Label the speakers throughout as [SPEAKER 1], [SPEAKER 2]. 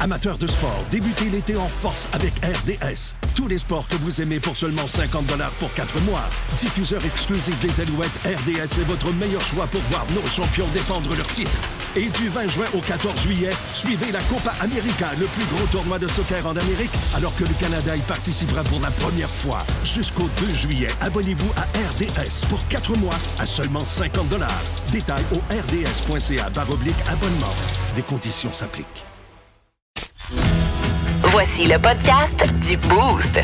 [SPEAKER 1] Amateurs de sport, débutez l'été en force avec RDS. Tous les sports que vous aimez pour seulement 50 pour 4 mois. Diffuseur exclusif des Alouettes, RDS est votre meilleur choix pour voir nos champions défendre leur titre. Et du 20 juin au 14 juillet, suivez la Copa América, le plus gros tournoi de soccer en Amérique, alors que le Canada y participera pour la première fois. Jusqu'au 2 juillet, abonnez-vous à RDS pour 4 mois à seulement 50 Détail au rds.ca abonnement. Des conditions s'appliquent.
[SPEAKER 2] Voici le podcast du Boost.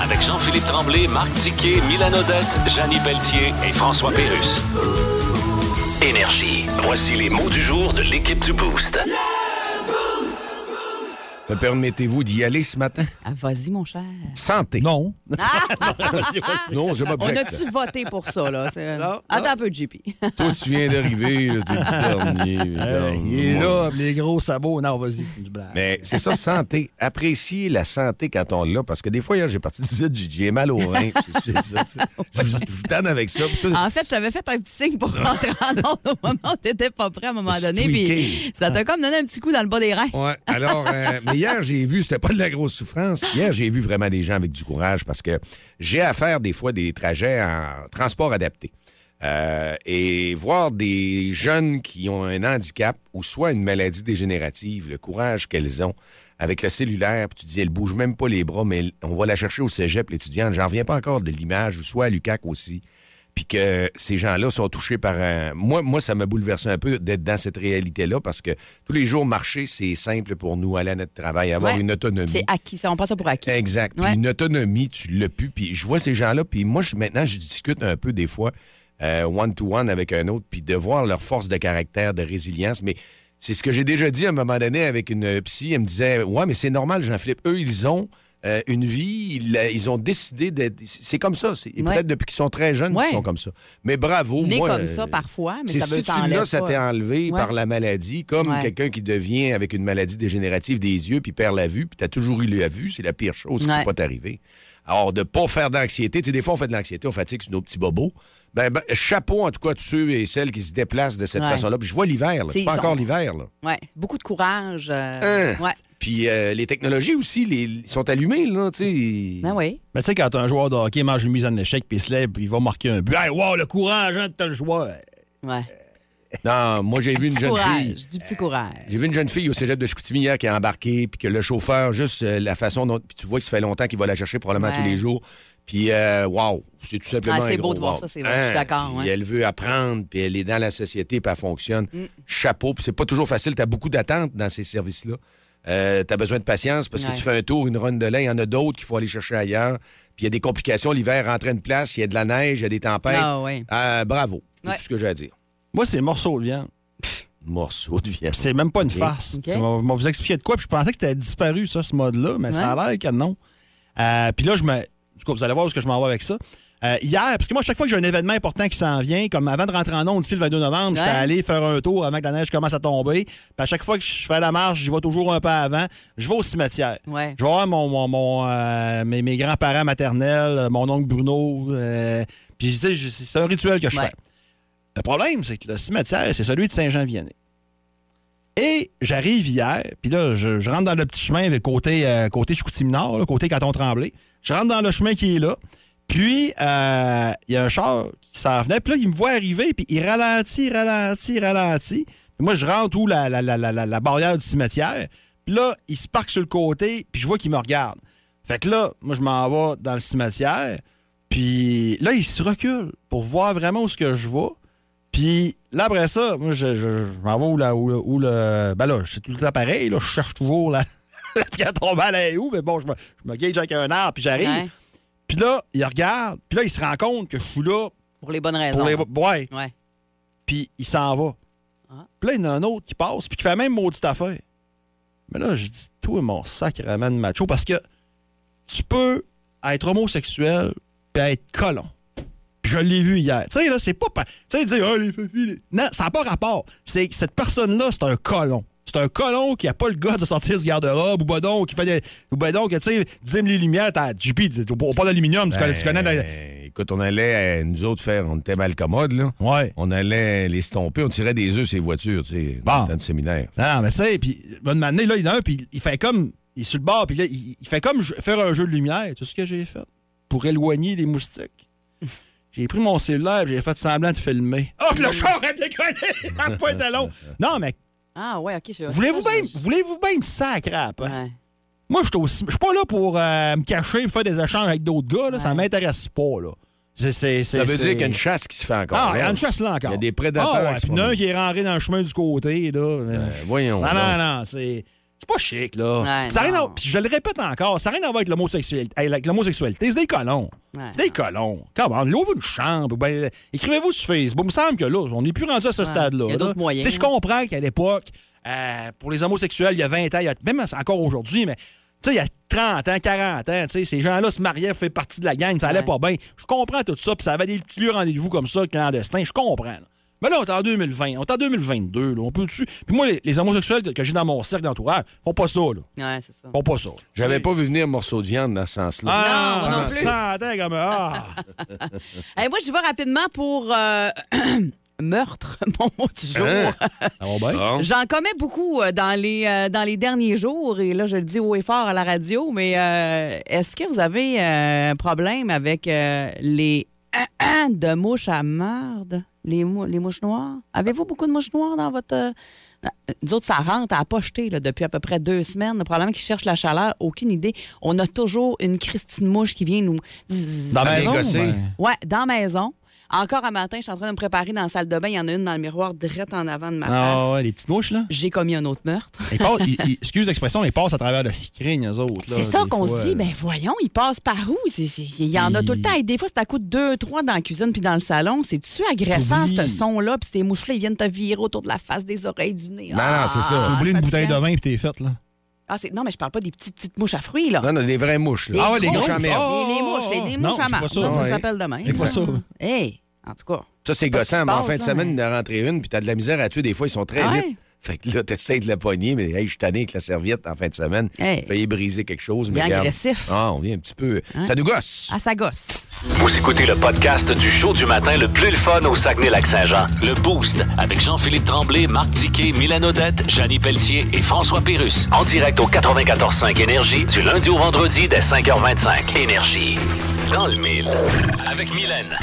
[SPEAKER 3] Avec Jean-Philippe Tremblay, Marc Tiquet, Milan Odette, Janine Pelletier et François Pérus. Énergie. Voici les mots du jour de l'équipe du Boost.
[SPEAKER 4] Me permettez-vous d'y aller ce matin?
[SPEAKER 5] Ah, Vas-y, mon cher. Ah!
[SPEAKER 4] Santé.
[SPEAKER 6] Non.
[SPEAKER 4] Non, je
[SPEAKER 5] On
[SPEAKER 4] m'objecte.
[SPEAKER 5] a-tu voté pour ça, là? C'est- Attends un peu, JP.
[SPEAKER 4] Toi, tu viens d'arriver, là, t'es le dernier.
[SPEAKER 6] Euh,
[SPEAKER 4] là.
[SPEAKER 6] il est là, les gros sabots. Non, vas-y, c'est du blague.
[SPEAKER 4] Mais c'est ça, santé. Apprécier la santé quand on l'a. Parce que des fois, hier, j'ai parti du site, j'ai dit, j'ai mal au rein. C'est- c'est ça, tu sais. Je vous- je vous tanne avec ça. puis tout.
[SPEAKER 5] En fait, je t'avais fait un petit signe pour rentrer en ordre au moment où t'étais pas prêt à un moment donné. Puis
[SPEAKER 4] Squeaker.
[SPEAKER 5] ça t'a comme donné un petit coup dans le bas des reins.
[SPEAKER 4] Ouais, alors, euh, mais hier, j'ai vu, c'était pas de la grosse souffrance. Hier, j'ai vu vraiment des gens avec du courage parce que j'ai à faire des fois des trajets en transport adapté. Euh, et voir des jeunes qui ont un handicap ou soit une maladie dégénérative, le courage qu'elles ont avec le cellulaire, puis tu dis, elle bouge même pas les bras, mais elle- on va la chercher au cégep, l'étudiante. J'en reviens pas encore de l'image, ou soit à Lucac aussi. Puis que ces gens-là sont touchés par un. Moi, moi ça m'a bouleversé un peu d'être dans cette réalité-là parce que tous les jours, marcher, c'est simple pour nous, aller à notre travail, avoir
[SPEAKER 5] Ouais.
[SPEAKER 4] une autonomie.
[SPEAKER 5] C'est acquis. ça, On prend ça pour acquis.
[SPEAKER 4] Exact. Puis
[SPEAKER 5] Ouais.
[SPEAKER 4] une autonomie, tu l'as pu. Puis je vois ces gens-là, puis moi, je, maintenant, je discute un peu des fois euh, one-to-one avec un autre, puis de voir leur force de caractère, de résilience. Mais c'est ce que j'ai déjà dit à un moment donné avec une psy. Elle me disait Ouais, mais c'est normal, Jean-Philippe. Eux, ils ont. euh, une vie, ils, euh, ils ont décidé d'être. C'est comme ça. C'est
[SPEAKER 5] Ouais.
[SPEAKER 4] peut-être depuis qu'ils sont très jeunes
[SPEAKER 5] Ouais.
[SPEAKER 4] qu'ils sont comme ça. Mais bravo,
[SPEAKER 5] Né
[SPEAKER 4] moi. euh,
[SPEAKER 5] comme ça parfois, Ah, mais
[SPEAKER 4] c'est
[SPEAKER 5] ça veut
[SPEAKER 4] si tu
[SPEAKER 5] t'enlève
[SPEAKER 4] l'as, ça
[SPEAKER 5] pas.
[SPEAKER 4] t'est enlevé
[SPEAKER 5] Ouais.
[SPEAKER 4] par la maladie, comme
[SPEAKER 5] Ouais.
[SPEAKER 4] quelqu'un qui devient avec une maladie dégénérative des yeux, puis perd la vue, puis t'as toujours eu la vue, c'est la pire chose qui
[SPEAKER 5] Ouais.
[SPEAKER 4] peut pas t'arriver. Alors, de pas faire d'anxiété, tu sais, des fois, on fait de l'anxiété, on fatigue sur nos petits bobos. Ben, ben, chapeau, en tout cas, tous ceux et celles qui se déplacent de cette
[SPEAKER 5] Ouais.
[SPEAKER 4] façon-là. Puis je vois l'hiver, là.
[SPEAKER 5] C'est
[SPEAKER 4] C'est pas
[SPEAKER 5] sombre.
[SPEAKER 4] encore l'hiver, là.
[SPEAKER 5] Ouais. Beaucoup de courage. euh,
[SPEAKER 4] Hein?
[SPEAKER 5] Ouais.
[SPEAKER 4] Puis euh, les technologies aussi, les, ils sont allumées, là, tu sais.
[SPEAKER 5] Ben oui.
[SPEAKER 6] Mais tu sais, quand un joueur de hockey mange une mise en échec, puis il se lève, puis il va marquer un but. Hey, wow, le courage, hein, de tel joueur.
[SPEAKER 5] Ouais.
[SPEAKER 4] Non, moi, j'ai vu une
[SPEAKER 5] Du
[SPEAKER 4] jeune
[SPEAKER 5] courage.
[SPEAKER 4] fille.
[SPEAKER 5] Du petit courage.
[SPEAKER 4] J'ai vu une jeune fille au cégep de Chicoutimi hier qui a embarqué, puis que le chauffeur, juste euh, la façon dont. Puis tu vois que ça fait longtemps qu'il va la chercher probablement
[SPEAKER 5] Ouais.
[SPEAKER 4] tous les jours. Puis, euh, wow, c'est tout simplement.
[SPEAKER 5] Ah, c'est
[SPEAKER 4] un
[SPEAKER 5] beau
[SPEAKER 4] gros
[SPEAKER 5] de voir
[SPEAKER 4] wow.
[SPEAKER 5] ça, c'est vrai, je suis d'accord,
[SPEAKER 4] Puis
[SPEAKER 5] ouais. Mm.
[SPEAKER 4] Elle veut apprendre, puis elle est dans la société, puis elle fonctionne. Chapeau, puis c'est pas toujours facile. Tu as beaucoup d'attentes dans ces services-là. tu as besoin de patience parce que
[SPEAKER 5] Ouais.
[SPEAKER 4] tu fais un tour, une run de lait. Il y en a d'autres qu'il faut aller chercher ailleurs. Puis il y a des complications l'hiver, rentrer une place, il y a de la neige, il y a des tempêtes.
[SPEAKER 5] Ah, ouais.
[SPEAKER 4] Euh, bravo, c'est
[SPEAKER 5] Ouais.
[SPEAKER 4] tout ce que j'ai à dire.
[SPEAKER 6] Moi, c'est morceau de viande.
[SPEAKER 4] Morceau de viande.
[SPEAKER 6] Puis c'est même pas une farce.
[SPEAKER 5] Ok.
[SPEAKER 6] Ça m'a- m'a vous expliquer de quoi. Puis je pensais que c'était disparu, ça, ce mode-là, mais ça a l'air que non. Euh, puis là, je me. Du coup, vous allez voir où est-ce que je m'en vais avec ça. Euh, hier, parce que moi, chaque fois que j'ai un événement important qui s'en vient, comme avant de rentrer en onde ici le 22 novembre, j'étais
[SPEAKER 5] Ouais.
[SPEAKER 6] allé faire un tour avant que la neige commence à tomber. Puis à chaque fois que je fais la marche, je vais toujours un pas avant. Je vais au cimetière.
[SPEAKER 5] Ouais.
[SPEAKER 6] Je vais voir mon, mon- mon, euh, mes, mes grands-parents maternels, euh, mon oncle Bruno. euh, puis, tu sais, je- c'est un rituel que je
[SPEAKER 5] Ouais.
[SPEAKER 6] fais. Le problème, c'est que le cimetière, c'est celui de Saint-Jean-Vianney. Et j'arrive hier, puis là, je, je rentre dans le petit chemin de côté, euh, côté Chicoutimi-Nord, là, côté Canton-Tremblay. Je rentre dans le chemin qui est là. Puis, euh, il y a un char qui s'en venait. Puis là, il me voit arriver, puis il ralentit, ralentit, ralentit. Puis moi, je rentre où la, la, la, la, la- la barrière du cimetière. Puis là, il se parque sur le côté, puis je vois qu'il me regarde. Fait que là, moi, je m'en vais dans le cimetière. Puis là, il se recule pour voir vraiment où ce que je vois. Puis là, après ça, moi, je, je- je m'en vais où, la- où le- où le. Ben là, c'est tout le temps pareil. Là, je cherche toujours la. la pierre tombale, elle est où? Mais bon, je me, je me gage avec un arbre, puis j'arrive.
[SPEAKER 5] Ouais.
[SPEAKER 6] Puis là, il regarde. Puis là, il se rend compte que je suis là
[SPEAKER 5] Pour les bonnes
[SPEAKER 6] pour
[SPEAKER 5] raisons.
[SPEAKER 6] les. Ouais.
[SPEAKER 5] Ouais.
[SPEAKER 6] Puis il s'en va.
[SPEAKER 5] Ah.
[SPEAKER 6] Puis là, il y en a un autre qui passe, puis qui fait la même maudite affaire. Mais là, j'ai dit, toi, mon sacrement de macho, parce que tu peux être homosexuel puis être colon. Puis je l'ai vu hier. Tu sais, là, c'est pas. pa- Tu sais, dire, oh, les fifis, les- Non, ça n'a pas rapport. C'est que cette personne-là, c'est un colon. C'est un colon qui a pas le gars de sortir du garde-robe ou ben bah donc, qui fait des. Ou ben donc, tu sais, dis-moi les lumières, t'as JP, t'es au au port d'aluminium, tu connais, tu connais la-
[SPEAKER 4] Ben, écoute, on allait, euh, nous autres, faire, on était mal commodes, là.
[SPEAKER 6] Ouais.
[SPEAKER 4] On allait les stomper, on tirait des œufs ces voitures, tu sais,
[SPEAKER 6] Bon.
[SPEAKER 4] dans le séminaire.
[SPEAKER 6] Non, mais tu sais, puis bonne année, là, il y en a un, puis il fait comme. Il est sur le bord, puis là, il, il fait comme je- faire un jeu de lumière. Tout ce que j'ai fait pour éloigner les moustiques. J'ai pris mon cellulaire, puis j'ai fait semblant de filmer. Oh, que le char a décollé! Ça point à long! Non, mais
[SPEAKER 5] Ah, ouais, OK. je-
[SPEAKER 6] voulez-vous
[SPEAKER 5] je-
[SPEAKER 6] bien voulez-vous bien me sacrer à la patte?
[SPEAKER 5] Ouais.
[SPEAKER 6] Moi, je suis aussi- je suis pas là pour euh, me cacher et faire des échanges avec d'autres gars. Là, Ça
[SPEAKER 5] Ouais.
[SPEAKER 6] m'intéresse pas. Là. C'est- c'est- c'est-
[SPEAKER 4] Ça veut
[SPEAKER 6] c'est-
[SPEAKER 4] dire qu'il y a une chasse qui se fait encore.
[SPEAKER 6] Ah, il y a
[SPEAKER 4] là.
[SPEAKER 6] une chasse là encore.
[SPEAKER 4] Il y a des prédateurs
[SPEAKER 6] Ah, ouais,
[SPEAKER 4] qui se
[SPEAKER 6] puis il y en a un
[SPEAKER 4] promènent.
[SPEAKER 6] qui est rentré dans le chemin du côté. Là.
[SPEAKER 4] voyons
[SPEAKER 6] Non, non,
[SPEAKER 4] donc.
[SPEAKER 6] non. C'est c'est pas chic. là.
[SPEAKER 5] Ouais,
[SPEAKER 6] ça a rien
[SPEAKER 5] non.
[SPEAKER 6] à- puis je le répète encore, ça n'a rien à voir avec l'homosexualité. avec l'homosexualité. C'est des colons.
[SPEAKER 5] Ouais,
[SPEAKER 6] C'est des colons. Comment? Louez-vous une chambre. ou ben, écrivez-vous sur Facebook. Il me semble que là, on n'est plus rendu à ce stade-là.
[SPEAKER 5] Il y
[SPEAKER 6] là.
[SPEAKER 5] a d'autres moyens,
[SPEAKER 6] Tu sais, Je
[SPEAKER 5] hein.
[SPEAKER 6] comprends qu'à l'époque, euh, pour les homosexuels, il y a 20 ans, il y a- même encore aujourd'hui, mais tu sais, il y a 30 ans, 40 ans, tu sais, ces gens-là se mariaient, faisaient partie de la gang, ça allait
[SPEAKER 5] Ouais.
[SPEAKER 6] pas bien. Je comprends tout ça, puis ça avait des petits lieux rendez-vous comme ça, clandestins, je comprends. là. Mais là, on est en 2020, on est en 2022, là, on peut dessus. Puis moi, les, les homosexuels que, que j'ai dans mon cercle d'entourage font pas ça, là.
[SPEAKER 5] Ouais, c'est ça.
[SPEAKER 6] Font pas ça.
[SPEAKER 4] J'avais pas vu venir un morceau de viande dans ce sens-là.
[SPEAKER 6] Ah,
[SPEAKER 5] Non, moi non
[SPEAKER 6] on
[SPEAKER 5] plus.
[SPEAKER 6] s'entend comme. Ah!
[SPEAKER 5] Hey, moi, je vais rapidement pour euh, meurtre, mon mot du jour.
[SPEAKER 4] Hein?
[SPEAKER 6] Ça va bien?
[SPEAKER 4] Bon.
[SPEAKER 5] J'en commets beaucoup euh, dans les, euh, dans les derniers jours, et là, je le dis haut et fort à la radio, mais euh, est-ce que vous avez euh, un problème avec euh, les de mouches à merde, les, mou- les mouches noires? Avez-vous beaucoup de mouches noires dans votre... euh, dans- Nous autres, ça rentre à pocheter depuis à peu près deux semaines. Le problème qui cherche la chaleur, aucune idée. On a toujours une Christine Mouche qui vient nous...
[SPEAKER 6] Dans
[SPEAKER 4] Ah,
[SPEAKER 6] la
[SPEAKER 4] les
[SPEAKER 6] maison,
[SPEAKER 4] gossés.
[SPEAKER 6] ben.
[SPEAKER 5] Ouais, dans la maison. Encore un matin, je suis en train de me préparer dans la salle de bain. Il y en a une dans le miroir, direct en avant de ma face.
[SPEAKER 6] Ah ouais, les petites mouches, là.
[SPEAKER 5] J'ai commis un autre meurtre.
[SPEAKER 6] Ils passent- ils- ils- excuse l'expression, ils passent à travers le cicrigne, eux autres. là,
[SPEAKER 5] C'est ça
[SPEAKER 6] des
[SPEAKER 5] qu'on
[SPEAKER 6] fois,
[SPEAKER 4] euh,
[SPEAKER 5] se dit,
[SPEAKER 6] là.
[SPEAKER 5] ben voyons, il passe par où? C'est- c'est- Il y en a tout le temps. Et des fois, c'est à coup de deux, trois dans la cuisine puis dans le salon. C'est-tu agressant,
[SPEAKER 6] T'oublies.
[SPEAKER 5] ce son-là? Puis ces mouches-là, ils viennent te virer autour de la face, des oreilles, du nez.
[SPEAKER 4] Non,
[SPEAKER 5] Ah,
[SPEAKER 4] non, c'est ça.
[SPEAKER 5] ah,
[SPEAKER 6] Oublie une
[SPEAKER 5] c'est
[SPEAKER 6] bouteille de
[SPEAKER 5] fatigant.
[SPEAKER 6] vin et t'es faite, là.
[SPEAKER 5] Ah, c'est- non, mais je parle pas des petites, petites mouches à fruits, là.
[SPEAKER 4] Non, non, des vraies mouches. Là.
[SPEAKER 6] Ah ouais, les
[SPEAKER 4] Mouches
[SPEAKER 6] grosses.
[SPEAKER 4] à merde.
[SPEAKER 6] Ah!
[SPEAKER 5] Les, les mouches, les, des
[SPEAKER 6] Non,
[SPEAKER 5] mouches à
[SPEAKER 6] c'est pas
[SPEAKER 5] marre.
[SPEAKER 6] ça.
[SPEAKER 5] Non,
[SPEAKER 4] Ouais.
[SPEAKER 5] ça s'appelle demain.
[SPEAKER 6] C'est pas ça.
[SPEAKER 5] Hey, en tout cas.
[SPEAKER 4] Ça, c'est
[SPEAKER 5] Pas ce qui
[SPEAKER 4] gossant,
[SPEAKER 5] se
[SPEAKER 4] mais en
[SPEAKER 5] passe,
[SPEAKER 4] fin de
[SPEAKER 5] là,
[SPEAKER 4] semaine,
[SPEAKER 5] mais-
[SPEAKER 4] d'en rentrer une, puis t'as de la misère à tuer. Des fois, ils sont très
[SPEAKER 5] Ah ouais?
[SPEAKER 4] vite. Fait que là, t'essayes de la pogner, mais hey, je suis tanné avec la serviette en fin de semaine.
[SPEAKER 5] Hey.
[SPEAKER 4] Failli briser quelque chose, mais
[SPEAKER 5] Bien
[SPEAKER 4] regarde.
[SPEAKER 5] agressif. Hein?
[SPEAKER 4] Ah, on vient un petit peu... Ça nous gosse.
[SPEAKER 5] À sa Ah, gosse.
[SPEAKER 3] Vous écoutez le podcast du show du matin le plus le fun au Saguenay-Lac-Saint-Jean. Le Boost avec Jean-Philippe Tremblay, Marc Diquet, Milan Odette, Janine Pelletier et François Pérus. En direct au 94.5 Énergie du lundi au vendredi dès 5h25. Énergie. Dans le mille. Avec Mylène.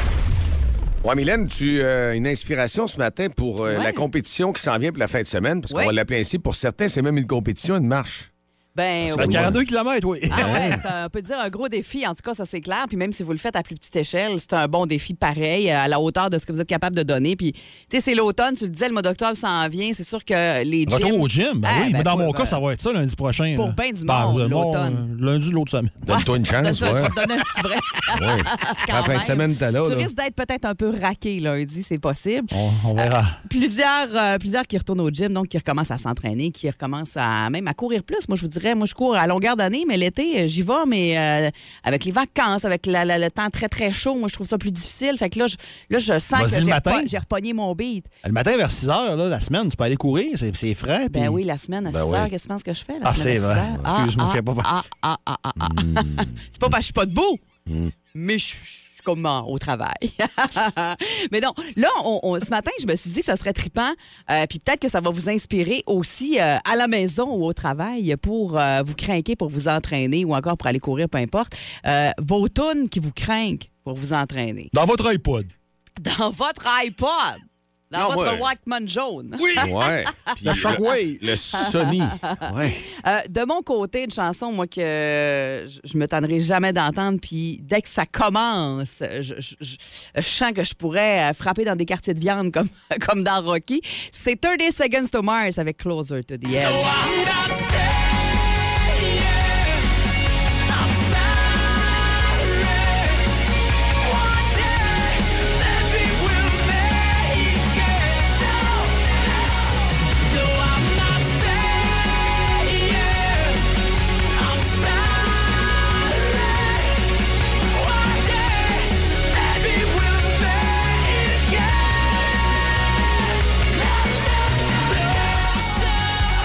[SPEAKER 4] Ouais, Mylène, tu as une inspiration ce matin pour euh,
[SPEAKER 5] Ouais.
[SPEAKER 4] la compétition qui s'en vient pour la fin de semaine, parce
[SPEAKER 5] Ouais.
[SPEAKER 4] qu'on va l'appeler ainsi. Pour certains, c'est même une compétition, une marche.
[SPEAKER 5] Ben,
[SPEAKER 6] À
[SPEAKER 5] oui.
[SPEAKER 6] 42 km, oui.
[SPEAKER 5] Ah ouais, c'est un- on peut dire un gros défi. En tout cas, ça c'est clair. Puis même si vous le faites à plus petite échelle, c'est un bon défi pareil, euh, à la hauteur de ce que vous êtes capable de donner. Puis, tu sais, c'est l'automne, tu le disais, le mois d'octobre s'en vient. C'est sûr que les gyms...
[SPEAKER 6] Retour au gym, ben
[SPEAKER 5] Ah,
[SPEAKER 6] oui. mais dans
[SPEAKER 5] faut-
[SPEAKER 6] mon
[SPEAKER 5] ben,
[SPEAKER 6] cas, ça va être ça lundi prochain.
[SPEAKER 5] Pour
[SPEAKER 6] là.
[SPEAKER 5] ben du
[SPEAKER 6] Ben,
[SPEAKER 5] monde,
[SPEAKER 6] le monde,
[SPEAKER 5] l'automne.
[SPEAKER 6] euh, Lundi de l'autre semaine.
[SPEAKER 4] Donne-toi une chance,
[SPEAKER 5] Tu vas- tu
[SPEAKER 4] ouais.
[SPEAKER 5] vas te donner un petit break.
[SPEAKER 4] Ouais.
[SPEAKER 5] quand
[SPEAKER 4] La fin de
[SPEAKER 5] même.
[SPEAKER 4] semaine, t'as là,
[SPEAKER 5] Tu
[SPEAKER 4] là.
[SPEAKER 5] risques d'être peut-être un peu raqué lundi, c'est possible.
[SPEAKER 6] On, on verra.
[SPEAKER 5] Plusieurs, euh, plusieurs qui retournent au gym, donc qui recommencent à s'entraîner, qui recommencent à même à courir plus. Moi, je vous dirais, moi, je cours à longueur d'année, mais l'été, euh, j'y vais, mais euh, avec les vacances, avec la- la- le temps très, très chaud, moi, je trouve ça plus difficile. Fait que là, je, là, je sens
[SPEAKER 6] Vas-y
[SPEAKER 5] que
[SPEAKER 6] le
[SPEAKER 5] j'ai,
[SPEAKER 6] matin.
[SPEAKER 5] repo- j'ai repogné mon beat.
[SPEAKER 6] Le matin vers 6 h, là, la semaine, tu peux aller courir, c'est, c'est frais.
[SPEAKER 5] Ben
[SPEAKER 6] puis-
[SPEAKER 5] oui, la semaine à 6
[SPEAKER 4] Ben
[SPEAKER 5] heures,
[SPEAKER 4] oui.
[SPEAKER 5] qu'est-ce que tu penses que je fais? La
[SPEAKER 6] Ah,
[SPEAKER 5] semaine à
[SPEAKER 6] c'est
[SPEAKER 5] six
[SPEAKER 6] vrai.
[SPEAKER 5] heures? Ah,
[SPEAKER 6] Excuse-moi, je
[SPEAKER 5] ah,
[SPEAKER 6] n'ai pas
[SPEAKER 5] ah,
[SPEAKER 6] pensé.
[SPEAKER 5] ah, ah, ah, ah.
[SPEAKER 4] Hmm.
[SPEAKER 5] C'est pas parce que je suis pas debout, mais je suis comme en- au travail. mais non, là, on- on- ce matin, je me suis dit que ça serait trippant, euh, puis peut-être que ça va vous inspirer aussi euh, à la maison ou au travail pour euh, vous craquer, pour vous entraîner ou encore pour aller courir, peu importe. Euh, vos tunes qui vous craquent pour vous entraîner.
[SPEAKER 6] Dans votre iPod.
[SPEAKER 5] Dans votre iPod, dans
[SPEAKER 4] Non,
[SPEAKER 5] votre
[SPEAKER 4] moi-
[SPEAKER 5] Walkman jaune.
[SPEAKER 4] Ouais. Puis le
[SPEAKER 6] Shockwave.
[SPEAKER 4] Le Sony. Ouais.
[SPEAKER 5] Euh, de mon côté, une chanson, moi, que euh, je- je me tannerai jamais d'entendre, puis dès que ça commence, je, je- je- je sens que je pourrais euh, frapper dans des quartiers de viande comme, comme dans Rocky. C'est 30 Seconds to Mars avec Closer to the Edge.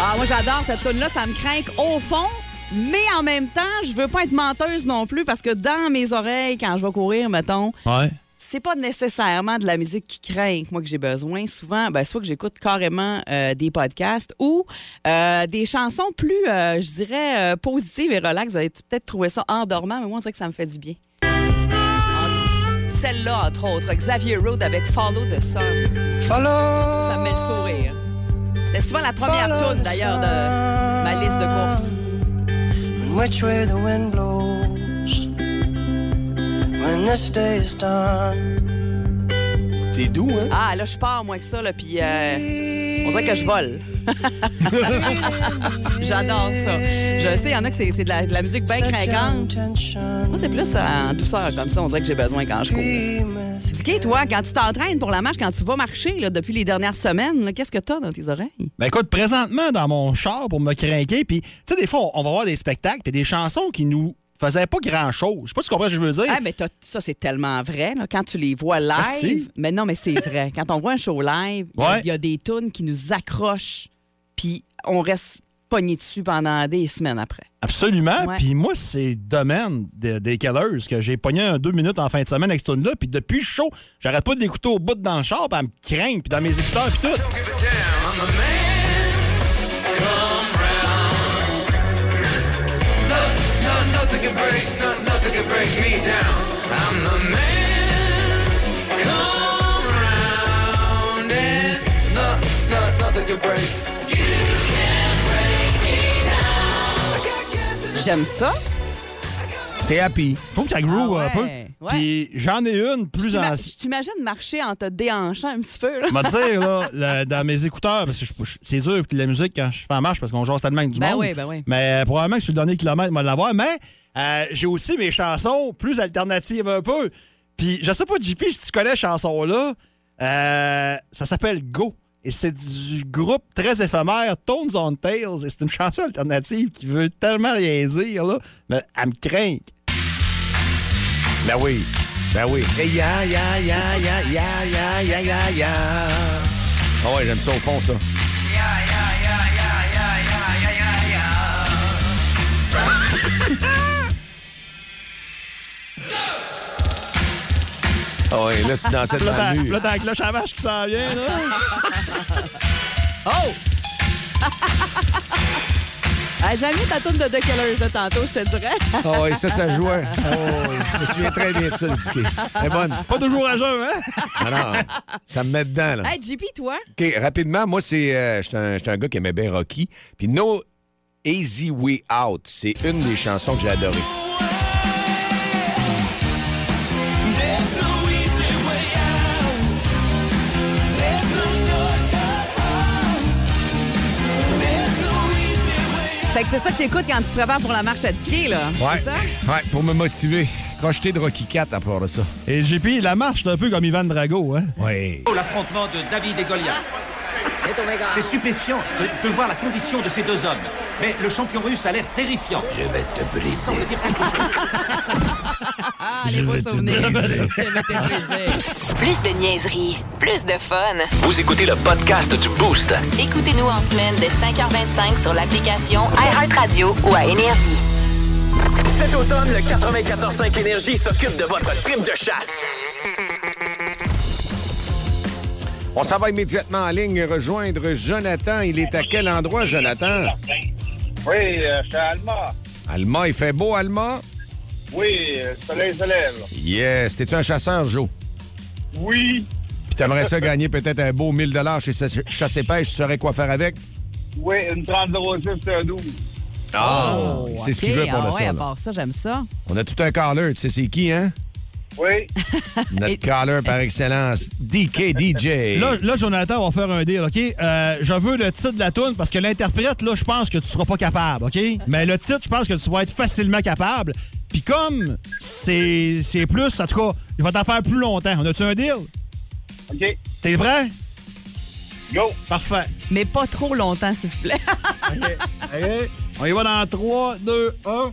[SPEAKER 5] Ah, moi, j'adore cette tune là ça me craint au fond. Mais en même temps, je veux pas être menteuse non plus parce que dans mes oreilles, quand je vais courir, mettons,
[SPEAKER 6] Ouais.
[SPEAKER 5] c'est pas nécessairement de la musique qui craint que moi que j'ai besoin. Souvent, ben, soit que j'écoute carrément euh, des podcasts ou euh, des chansons plus, euh, je dirais, euh, positives et relax. Vous allez peut-être trouver ça endormant, mais moi, on dirait que ça me fait du bien. Entre- Celle-là, entre autres, Xavier Road avec Follow the Sun. Follow! Ça me met le sourire. C'était souvent la première tune, d'ailleurs, de ma liste de courses.
[SPEAKER 7] And which way the wind blows when this day is done.
[SPEAKER 4] C'est doux, hein?
[SPEAKER 5] Ah, là, je pars, moi, que ça, là, puis euh, on dirait que je vole. J'adore ça. Je sais, il y en a que c'est c'est de la, de la musique bien craquante. Moi, c'est plus en douceur, comme ça, on dirait que j'ai besoin quand je cours. Dis, toi, quand tu t'entraînes pour la marche, quand tu vas marcher, là, depuis les dernières semaines, là, qu'est-ce que t'as dans tes oreilles?
[SPEAKER 6] Ben écoute, présentement, dans mon char pour me craquer, puis tu sais, des fois, on, on va voir des spectacles, puis des chansons qui nous faisaient pas grand-chose. Je sais pas si tu comprends ce que je veux dire.
[SPEAKER 5] Ah, mais t'as- ça, c'est tellement vrai, là, quand tu les vois live.
[SPEAKER 6] Merci.
[SPEAKER 5] Mais non, mais c'est vrai. Quand on voit un show live, il y a-
[SPEAKER 6] Ouais.
[SPEAKER 5] il y, a des tunes qui nous accrochent, puis on reste pogné dessus pendant des semaines après.
[SPEAKER 6] Ah, Absolument.
[SPEAKER 5] Ouais.
[SPEAKER 6] Puis moi, c'est le domaine de- des Kellers que j'ai pogné un deux minutes en fin de semaine avec ce tune-là. Puis depuis le show, j'arrête pas de l'écouter au bout dans le char, puis elle me craint, puis dans mes écouteurs, puis tout.
[SPEAKER 5] J'aime ça.
[SPEAKER 4] C'est happy.
[SPEAKER 6] Je trouve qu'elle grew
[SPEAKER 5] Ah
[SPEAKER 6] un peu.
[SPEAKER 5] ouais, ouais.
[SPEAKER 6] Puis j'en ai une plus
[SPEAKER 5] T'ima-
[SPEAKER 6] ancienne.
[SPEAKER 5] Je t'imagine marcher en te déhanchant un petit peu. Là.
[SPEAKER 6] Je vais te dire, là, le- dans mes écouteurs, parce que je- je- c'est dur, puis la musique, quand je fais en marche, parce qu'on jase tellement avec du
[SPEAKER 5] Ben
[SPEAKER 6] monde.
[SPEAKER 5] oui, ben oui.
[SPEAKER 6] Mais euh, probablement que sur le dernier kilomètre, moi, de l'avoir. Mais euh, j'ai aussi mes chansons plus alternatives un peu. Puis je sais pas, JP, si tu connais cette chanson-là, euh, ça s'appelle Go. Et c'est du groupe très éphémère Tones on Tails. Et c'est une chanson alternative qui veut tellement rien dire, là. Mais elle me craint.
[SPEAKER 4] Ben oui. Ben oui. Et ya, ya, ya, ya, ya, ya, ya, ya, ya. Ah ouais, j'aime ça au fond, ça. Ah ouais, là, tu dansais
[SPEAKER 6] Là,
[SPEAKER 4] dans
[SPEAKER 6] t'as
[SPEAKER 4] le
[SPEAKER 6] là,
[SPEAKER 4] mur.
[SPEAKER 6] t'as la cloche à vache qui s'en vient, là.
[SPEAKER 5] Oh! Ah, J'aime mieux ta tourne de décollage de tantôt, je te dirais.
[SPEAKER 4] Ah ouais, ça, ça jouait. Oh, je me souviens très bien de ça, le ticket. Elle est bonne.
[SPEAKER 6] Pas toujours à jeun, hein?
[SPEAKER 4] Non, Ah non, ça me met dedans, là.
[SPEAKER 5] hey, JP, toi?
[SPEAKER 4] OK, rapidement, moi, c'est. euh, J'étais un, j'étais un gars qui aimait bien Rocky. Puis No Easy Way Out, c'est une des chansons que j'ai adorées.
[SPEAKER 5] Fait que c'est ça que t'écoutes quand tu te prépares pour la marche à skier, là. C'est ça?
[SPEAKER 4] ouais, pour me motiver. Crocheté de Rocky 4 à part de ça.
[SPEAKER 6] Et JP, la marche, c'est un peu comme Ivan Drago, hein?
[SPEAKER 4] Oui.
[SPEAKER 8] Oh, L'affrontement de David et Goliath. C'est stupéfiant de, de voir la condition de ces deux hommes. Mais le champion russe a l'air terrifiant.
[SPEAKER 5] Ah, les beaux souvenirs. Je vais te briser.
[SPEAKER 2] Plus de niaiserie, plus de fun.
[SPEAKER 3] Vous écoutez le podcast du Boost.
[SPEAKER 2] Écoutez-nous en semaine de 5h25 sur l'application iHeartRadio ou à Énergie.
[SPEAKER 9] Cet automne, le 94.5 Énergie s'occupe de votre trip de chasse.
[SPEAKER 4] On s'en va immédiatement en ligne rejoindre Jonathan. Il est à quel endroit, Jonathan?
[SPEAKER 10] Oui, euh, chez Alma.
[SPEAKER 4] Alma, il fait beau, Alma?
[SPEAKER 10] Oui, euh, le soleil se lève.
[SPEAKER 4] Yes. T'es-tu un chasseur, Joe?
[SPEAKER 10] Oui,
[SPEAKER 4] Puis t'aimerais ça gagner peut-être un beau 1000 chez Sa- Chasse et Pêche. Tu saurais quoi faire avec?
[SPEAKER 10] oui, une 30-06, c'est un 12.
[SPEAKER 4] Oh! C'est ce qu'il
[SPEAKER 5] Ah. Ok,
[SPEAKER 4] veut pour
[SPEAKER 5] ah
[SPEAKER 4] le
[SPEAKER 5] ouais,
[SPEAKER 4] son,
[SPEAKER 5] à
[SPEAKER 4] là.
[SPEAKER 5] part ça, j'aime ça.
[SPEAKER 4] On a tout un caller. Tu sais, c'est qui, hein?
[SPEAKER 10] Oui,
[SPEAKER 4] Notre caller par excellence, DK DJ.
[SPEAKER 6] Là, là, Jonathan, on va faire un deal, OK? Euh, je veux le titre de la toune parce que l'interprète, là, je pense que tu seras pas capable, OK? Mais le titre, je pense que tu vas être facilement capable. Puis comme c'est c'est plus, en tout cas, je vais t'en faire plus longtemps. On a-tu un deal?
[SPEAKER 10] OK,
[SPEAKER 6] T'es prêt?
[SPEAKER 10] go.
[SPEAKER 6] Parfait.
[SPEAKER 5] Mais pas trop longtemps, s'il vous plaît.
[SPEAKER 6] OK. On y va dans 3, 2, 1.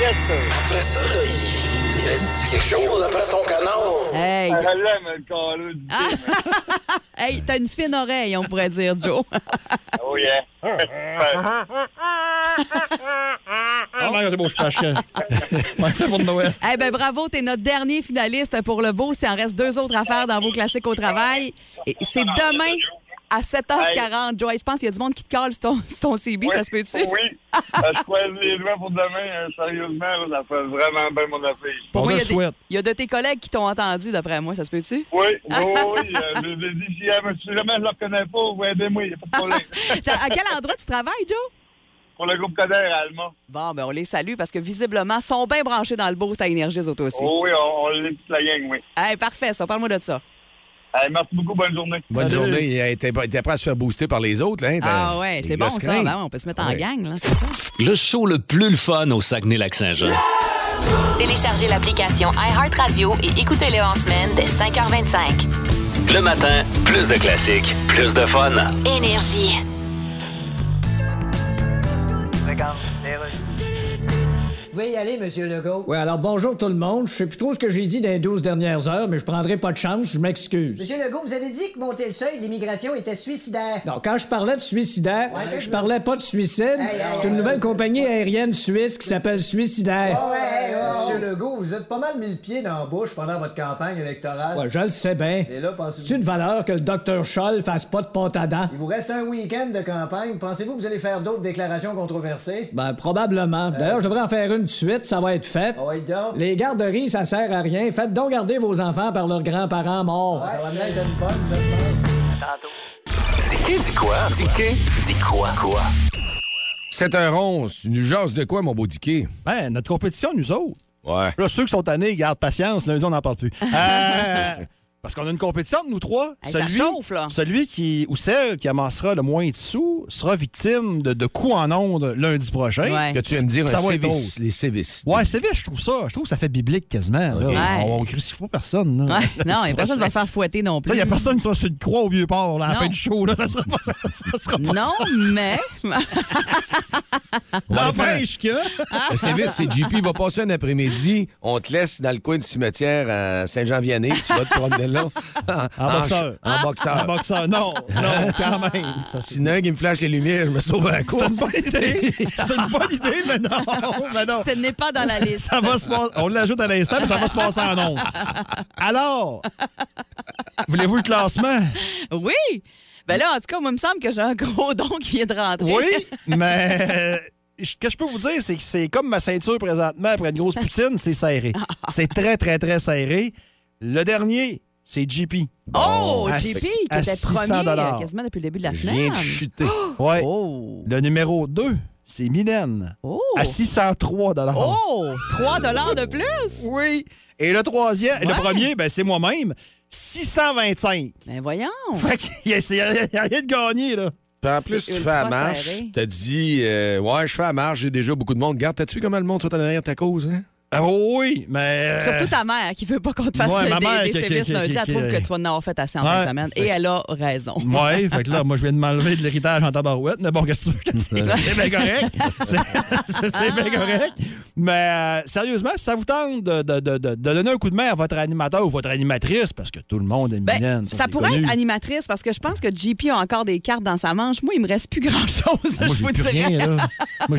[SPEAKER 10] Yes, sir.
[SPEAKER 9] Après ça, là, il, il reste quelque chose après ton canon.
[SPEAKER 5] Hey,
[SPEAKER 10] Ah, Elle aime le calot du
[SPEAKER 5] Ah! hey, t'as une fine oreille, on pourrait dire, Joe.
[SPEAKER 10] Oh, yeah.
[SPEAKER 6] Ah, non, c'est beau, je tâche. Ouais, pour Noël.
[SPEAKER 5] Eh ben bravo, t'es notre dernier finaliste pour le beau. S'il en reste deux autres à faire dans vos classiques au travail, Et c'est demain à 7h40. Joe, je pense qu'il y a du monde qui te colle sur ton, sur ton CB, ça se peut-tu?
[SPEAKER 10] Oui. Euh, Je croise les doigts pour demain. euh, Sérieusement, là, ça fait vraiment bien mon affaire.
[SPEAKER 5] Pour
[SPEAKER 6] On te le
[SPEAKER 5] moi, il y a des-
[SPEAKER 6] souhaite.
[SPEAKER 5] il y a de tes collègues qui t'ont entendu, d'après moi, ça se peut-tu?
[SPEAKER 10] Oui, oui, oui. euh, Je vous ai dit, si euh, si jamais je ne le reconnais pas, vous aidez-moi, il n'y a pas de problème.
[SPEAKER 5] T'as- à quel endroit tu travailles, Joe?
[SPEAKER 10] Pour le groupe Coder à Alma.
[SPEAKER 5] Bon, ben on les salue parce que visiblement, ils sont bien branchés dans le beau, ça énergise auto aussi.
[SPEAKER 10] Oh, oui, on, on l'est toute la gang, oui.
[SPEAKER 5] Hey, parfait, ça, parle-moi de ça.
[SPEAKER 10] Allez, merci beaucoup, bonne journée.
[SPEAKER 4] Bonne journée. Il était, pas- il était prêt à se faire booster par les autres. Là,
[SPEAKER 5] Ah ouais, c'est bon ça, Ben, on peut se mettre en
[SPEAKER 4] Ouais.
[SPEAKER 5] gang, là.
[SPEAKER 3] Le show le plus le fun au Saguenay-Lac-Saint-Jean.
[SPEAKER 2] Téléchargez l'application iHeartRadio et écoutez-le en semaine dès 5h25.
[SPEAKER 3] Le matin, plus de classiques, plus de fun.
[SPEAKER 2] Énergie.
[SPEAKER 7] Vous pouvez y aller, Monsieur Legault. Oui, alors bonjour tout le monde. Je sais plus trop ce que j'ai dit dans les 12 dernières heures, mais je prendrai pas de chance, je m'excuse. Monsieur Legault, vous avez dit que monter le seuil de l'immigration était suicidaire. Non, quand je parlais de suicidaire, je parlais pas de suicide. C'est une nouvelle compagnie aérienne suisse qui s'appelle Suicidaire. Euh, Monsieur Legault, vous êtes pas mal mis le pied dans la bouche pendant votre campagne électorale. Ouais, je le sais bien. Et là, C'est une valeur que le docteur Scholl fasse pas de pâte à dents. Il vous reste un week-end de campagne. Pensez-vous que vous allez faire d'autres déclarations controversées? Ben, probablement. D'ailleurs, je devrais en faire une de suite. Ça va être fait. Les garderies, ça sert à rien. Faites donc garder vos enfants par leurs grands-parents morts.
[SPEAKER 9] Dis-qué, dis quoi? Dis-qué, dis quoi? Quoi?
[SPEAKER 4] 7h11, tu nous jases de quoi, mon beau diquet?
[SPEAKER 6] Ben, notre compétition, nous autres.
[SPEAKER 4] Ouais.
[SPEAKER 6] Là, ceux qui sont tannés, garde patience. Lundi, on n'en parle plus. Euh, parce qu'on a une compétition de nous trois.
[SPEAKER 5] Hey, ça chauffe, là.
[SPEAKER 6] celui qui ou celle qui amassera le moins de sous sera victime de, de coups en ondes lundi prochain.
[SPEAKER 5] Ouais.
[SPEAKER 4] Hein? Que tu aimes dire
[SPEAKER 6] Ça
[SPEAKER 4] un
[SPEAKER 6] va être
[SPEAKER 4] sévice, les sévices.
[SPEAKER 6] Ouais, c'est vrai, je trouve ça. Je trouve que ça fait biblique quasiment. là.
[SPEAKER 5] Ouais.
[SPEAKER 6] On, on crucifie pas personne. Là.
[SPEAKER 5] Ouais, non, y a personne qui va faire fouetter non
[SPEAKER 6] Là,
[SPEAKER 5] plus.
[SPEAKER 6] il n'y a personne qui sera sur une croix au vieux port là, à la
[SPEAKER 5] Non.
[SPEAKER 6] fin du show. Là. Ça sera pas ça. ça sera pas
[SPEAKER 5] Non, mais.
[SPEAKER 4] On va faire-
[SPEAKER 6] N'empêche que.
[SPEAKER 5] Ah.
[SPEAKER 4] Le sévice, c'est JP. Il va passer un après-midi. On te laisse dans le coin du cimetière à Saint-Jean-Vianney. Tu vas te promener là.
[SPEAKER 6] En boxeur.
[SPEAKER 4] En
[SPEAKER 6] Un
[SPEAKER 4] boxeur.
[SPEAKER 6] boxeur. Non, non, quand même.
[SPEAKER 5] Ah.
[SPEAKER 6] Ça, c'est-
[SPEAKER 4] Sinon, il me flash les lumières, je me sauve à la
[SPEAKER 6] C'est une
[SPEAKER 4] course.
[SPEAKER 6] bonne idée. C'est une bonne idée, mais non. Mais non.
[SPEAKER 5] Ce n'est pas dans la liste.
[SPEAKER 6] Ça va se passer. On l'ajoute à l'instant, mais ça va se passer en ondes. Alors, voulez-vous le classement?
[SPEAKER 5] Oui! Ben là, en tout cas, moi, il me semble que j'ai un gros don qui vient de rentrer.
[SPEAKER 6] Oui, mais euh, ce que je peux vous dire, c'est que c'est comme ma ceinture présentement après une grosse poutine, c'est serré. C'est très, très, très serré. Le dernier, c'est JP.
[SPEAKER 5] Oh,
[SPEAKER 6] à
[SPEAKER 5] JP,
[SPEAKER 6] six-
[SPEAKER 5] qui
[SPEAKER 6] à
[SPEAKER 5] était
[SPEAKER 6] 600
[SPEAKER 5] premier euh, quasiment depuis le début de la
[SPEAKER 4] Je
[SPEAKER 5] semaine.
[SPEAKER 4] viens de chuter.
[SPEAKER 6] Ouais.
[SPEAKER 5] Oh!
[SPEAKER 6] Le numéro 2, c'est Mylène.
[SPEAKER 5] Oh!
[SPEAKER 6] À 603
[SPEAKER 5] Oh! 3 de plus?
[SPEAKER 6] Oui. Et le troisième, le
[SPEAKER 5] Ouais.
[SPEAKER 6] premier, ben, c'est moi-même. 625.
[SPEAKER 5] Ben voyons!
[SPEAKER 6] Fait qu'il y a- c'est- il y a rien de gagné, là.
[SPEAKER 4] Puis en plus,
[SPEAKER 5] C'est
[SPEAKER 4] tu fais la
[SPEAKER 5] ultra
[SPEAKER 4] marche.
[SPEAKER 5] serré.
[SPEAKER 4] T'as dit, euh, ouais, je fais la marche, j'ai déjà beaucoup de monde. Regarde, t'as-tu vu comment le monde soit derrière ta cause, hein?
[SPEAKER 6] Ah oui, mais. euh,
[SPEAKER 5] Surtout ta mère qui veut pas qu'on te fasse
[SPEAKER 6] ouais,
[SPEAKER 5] des,
[SPEAKER 6] ma mère
[SPEAKER 5] des
[SPEAKER 6] qui- qui-
[SPEAKER 5] sévices
[SPEAKER 6] qui-
[SPEAKER 5] lundi.
[SPEAKER 6] qui-
[SPEAKER 5] Elle trouve
[SPEAKER 6] qui-
[SPEAKER 5] que tu vas en avoir fait assez en fin
[SPEAKER 6] Ouais.
[SPEAKER 5] de semaine. Et elle a raison.
[SPEAKER 6] Ouais, fait que là, moi, je viens de m'enlever de l'héritage en tabarouette, mais bon, qu'est-ce que tu veux que je te dise? C'est bien correct. C'est- C'est c'est bien correct. Mais euh, sérieusement, si ça vous tente de, de- de- de- de donner un coup de main à votre animateur ou votre animatrice, parce que tout le monde aime
[SPEAKER 5] Ben,
[SPEAKER 6] Mylène,
[SPEAKER 5] ça,
[SPEAKER 6] c'est
[SPEAKER 5] pourrait
[SPEAKER 6] connu.
[SPEAKER 5] être animatrice parce que je pense que JP a encore des cartes dans sa manche. Moi, il me reste plus grand-chose.
[SPEAKER 6] Ah, Moi,
[SPEAKER 5] je
[SPEAKER 6] j'ai
[SPEAKER 5] vous
[SPEAKER 6] plus
[SPEAKER 5] dirais.
[SPEAKER 6] rien, là. Moi,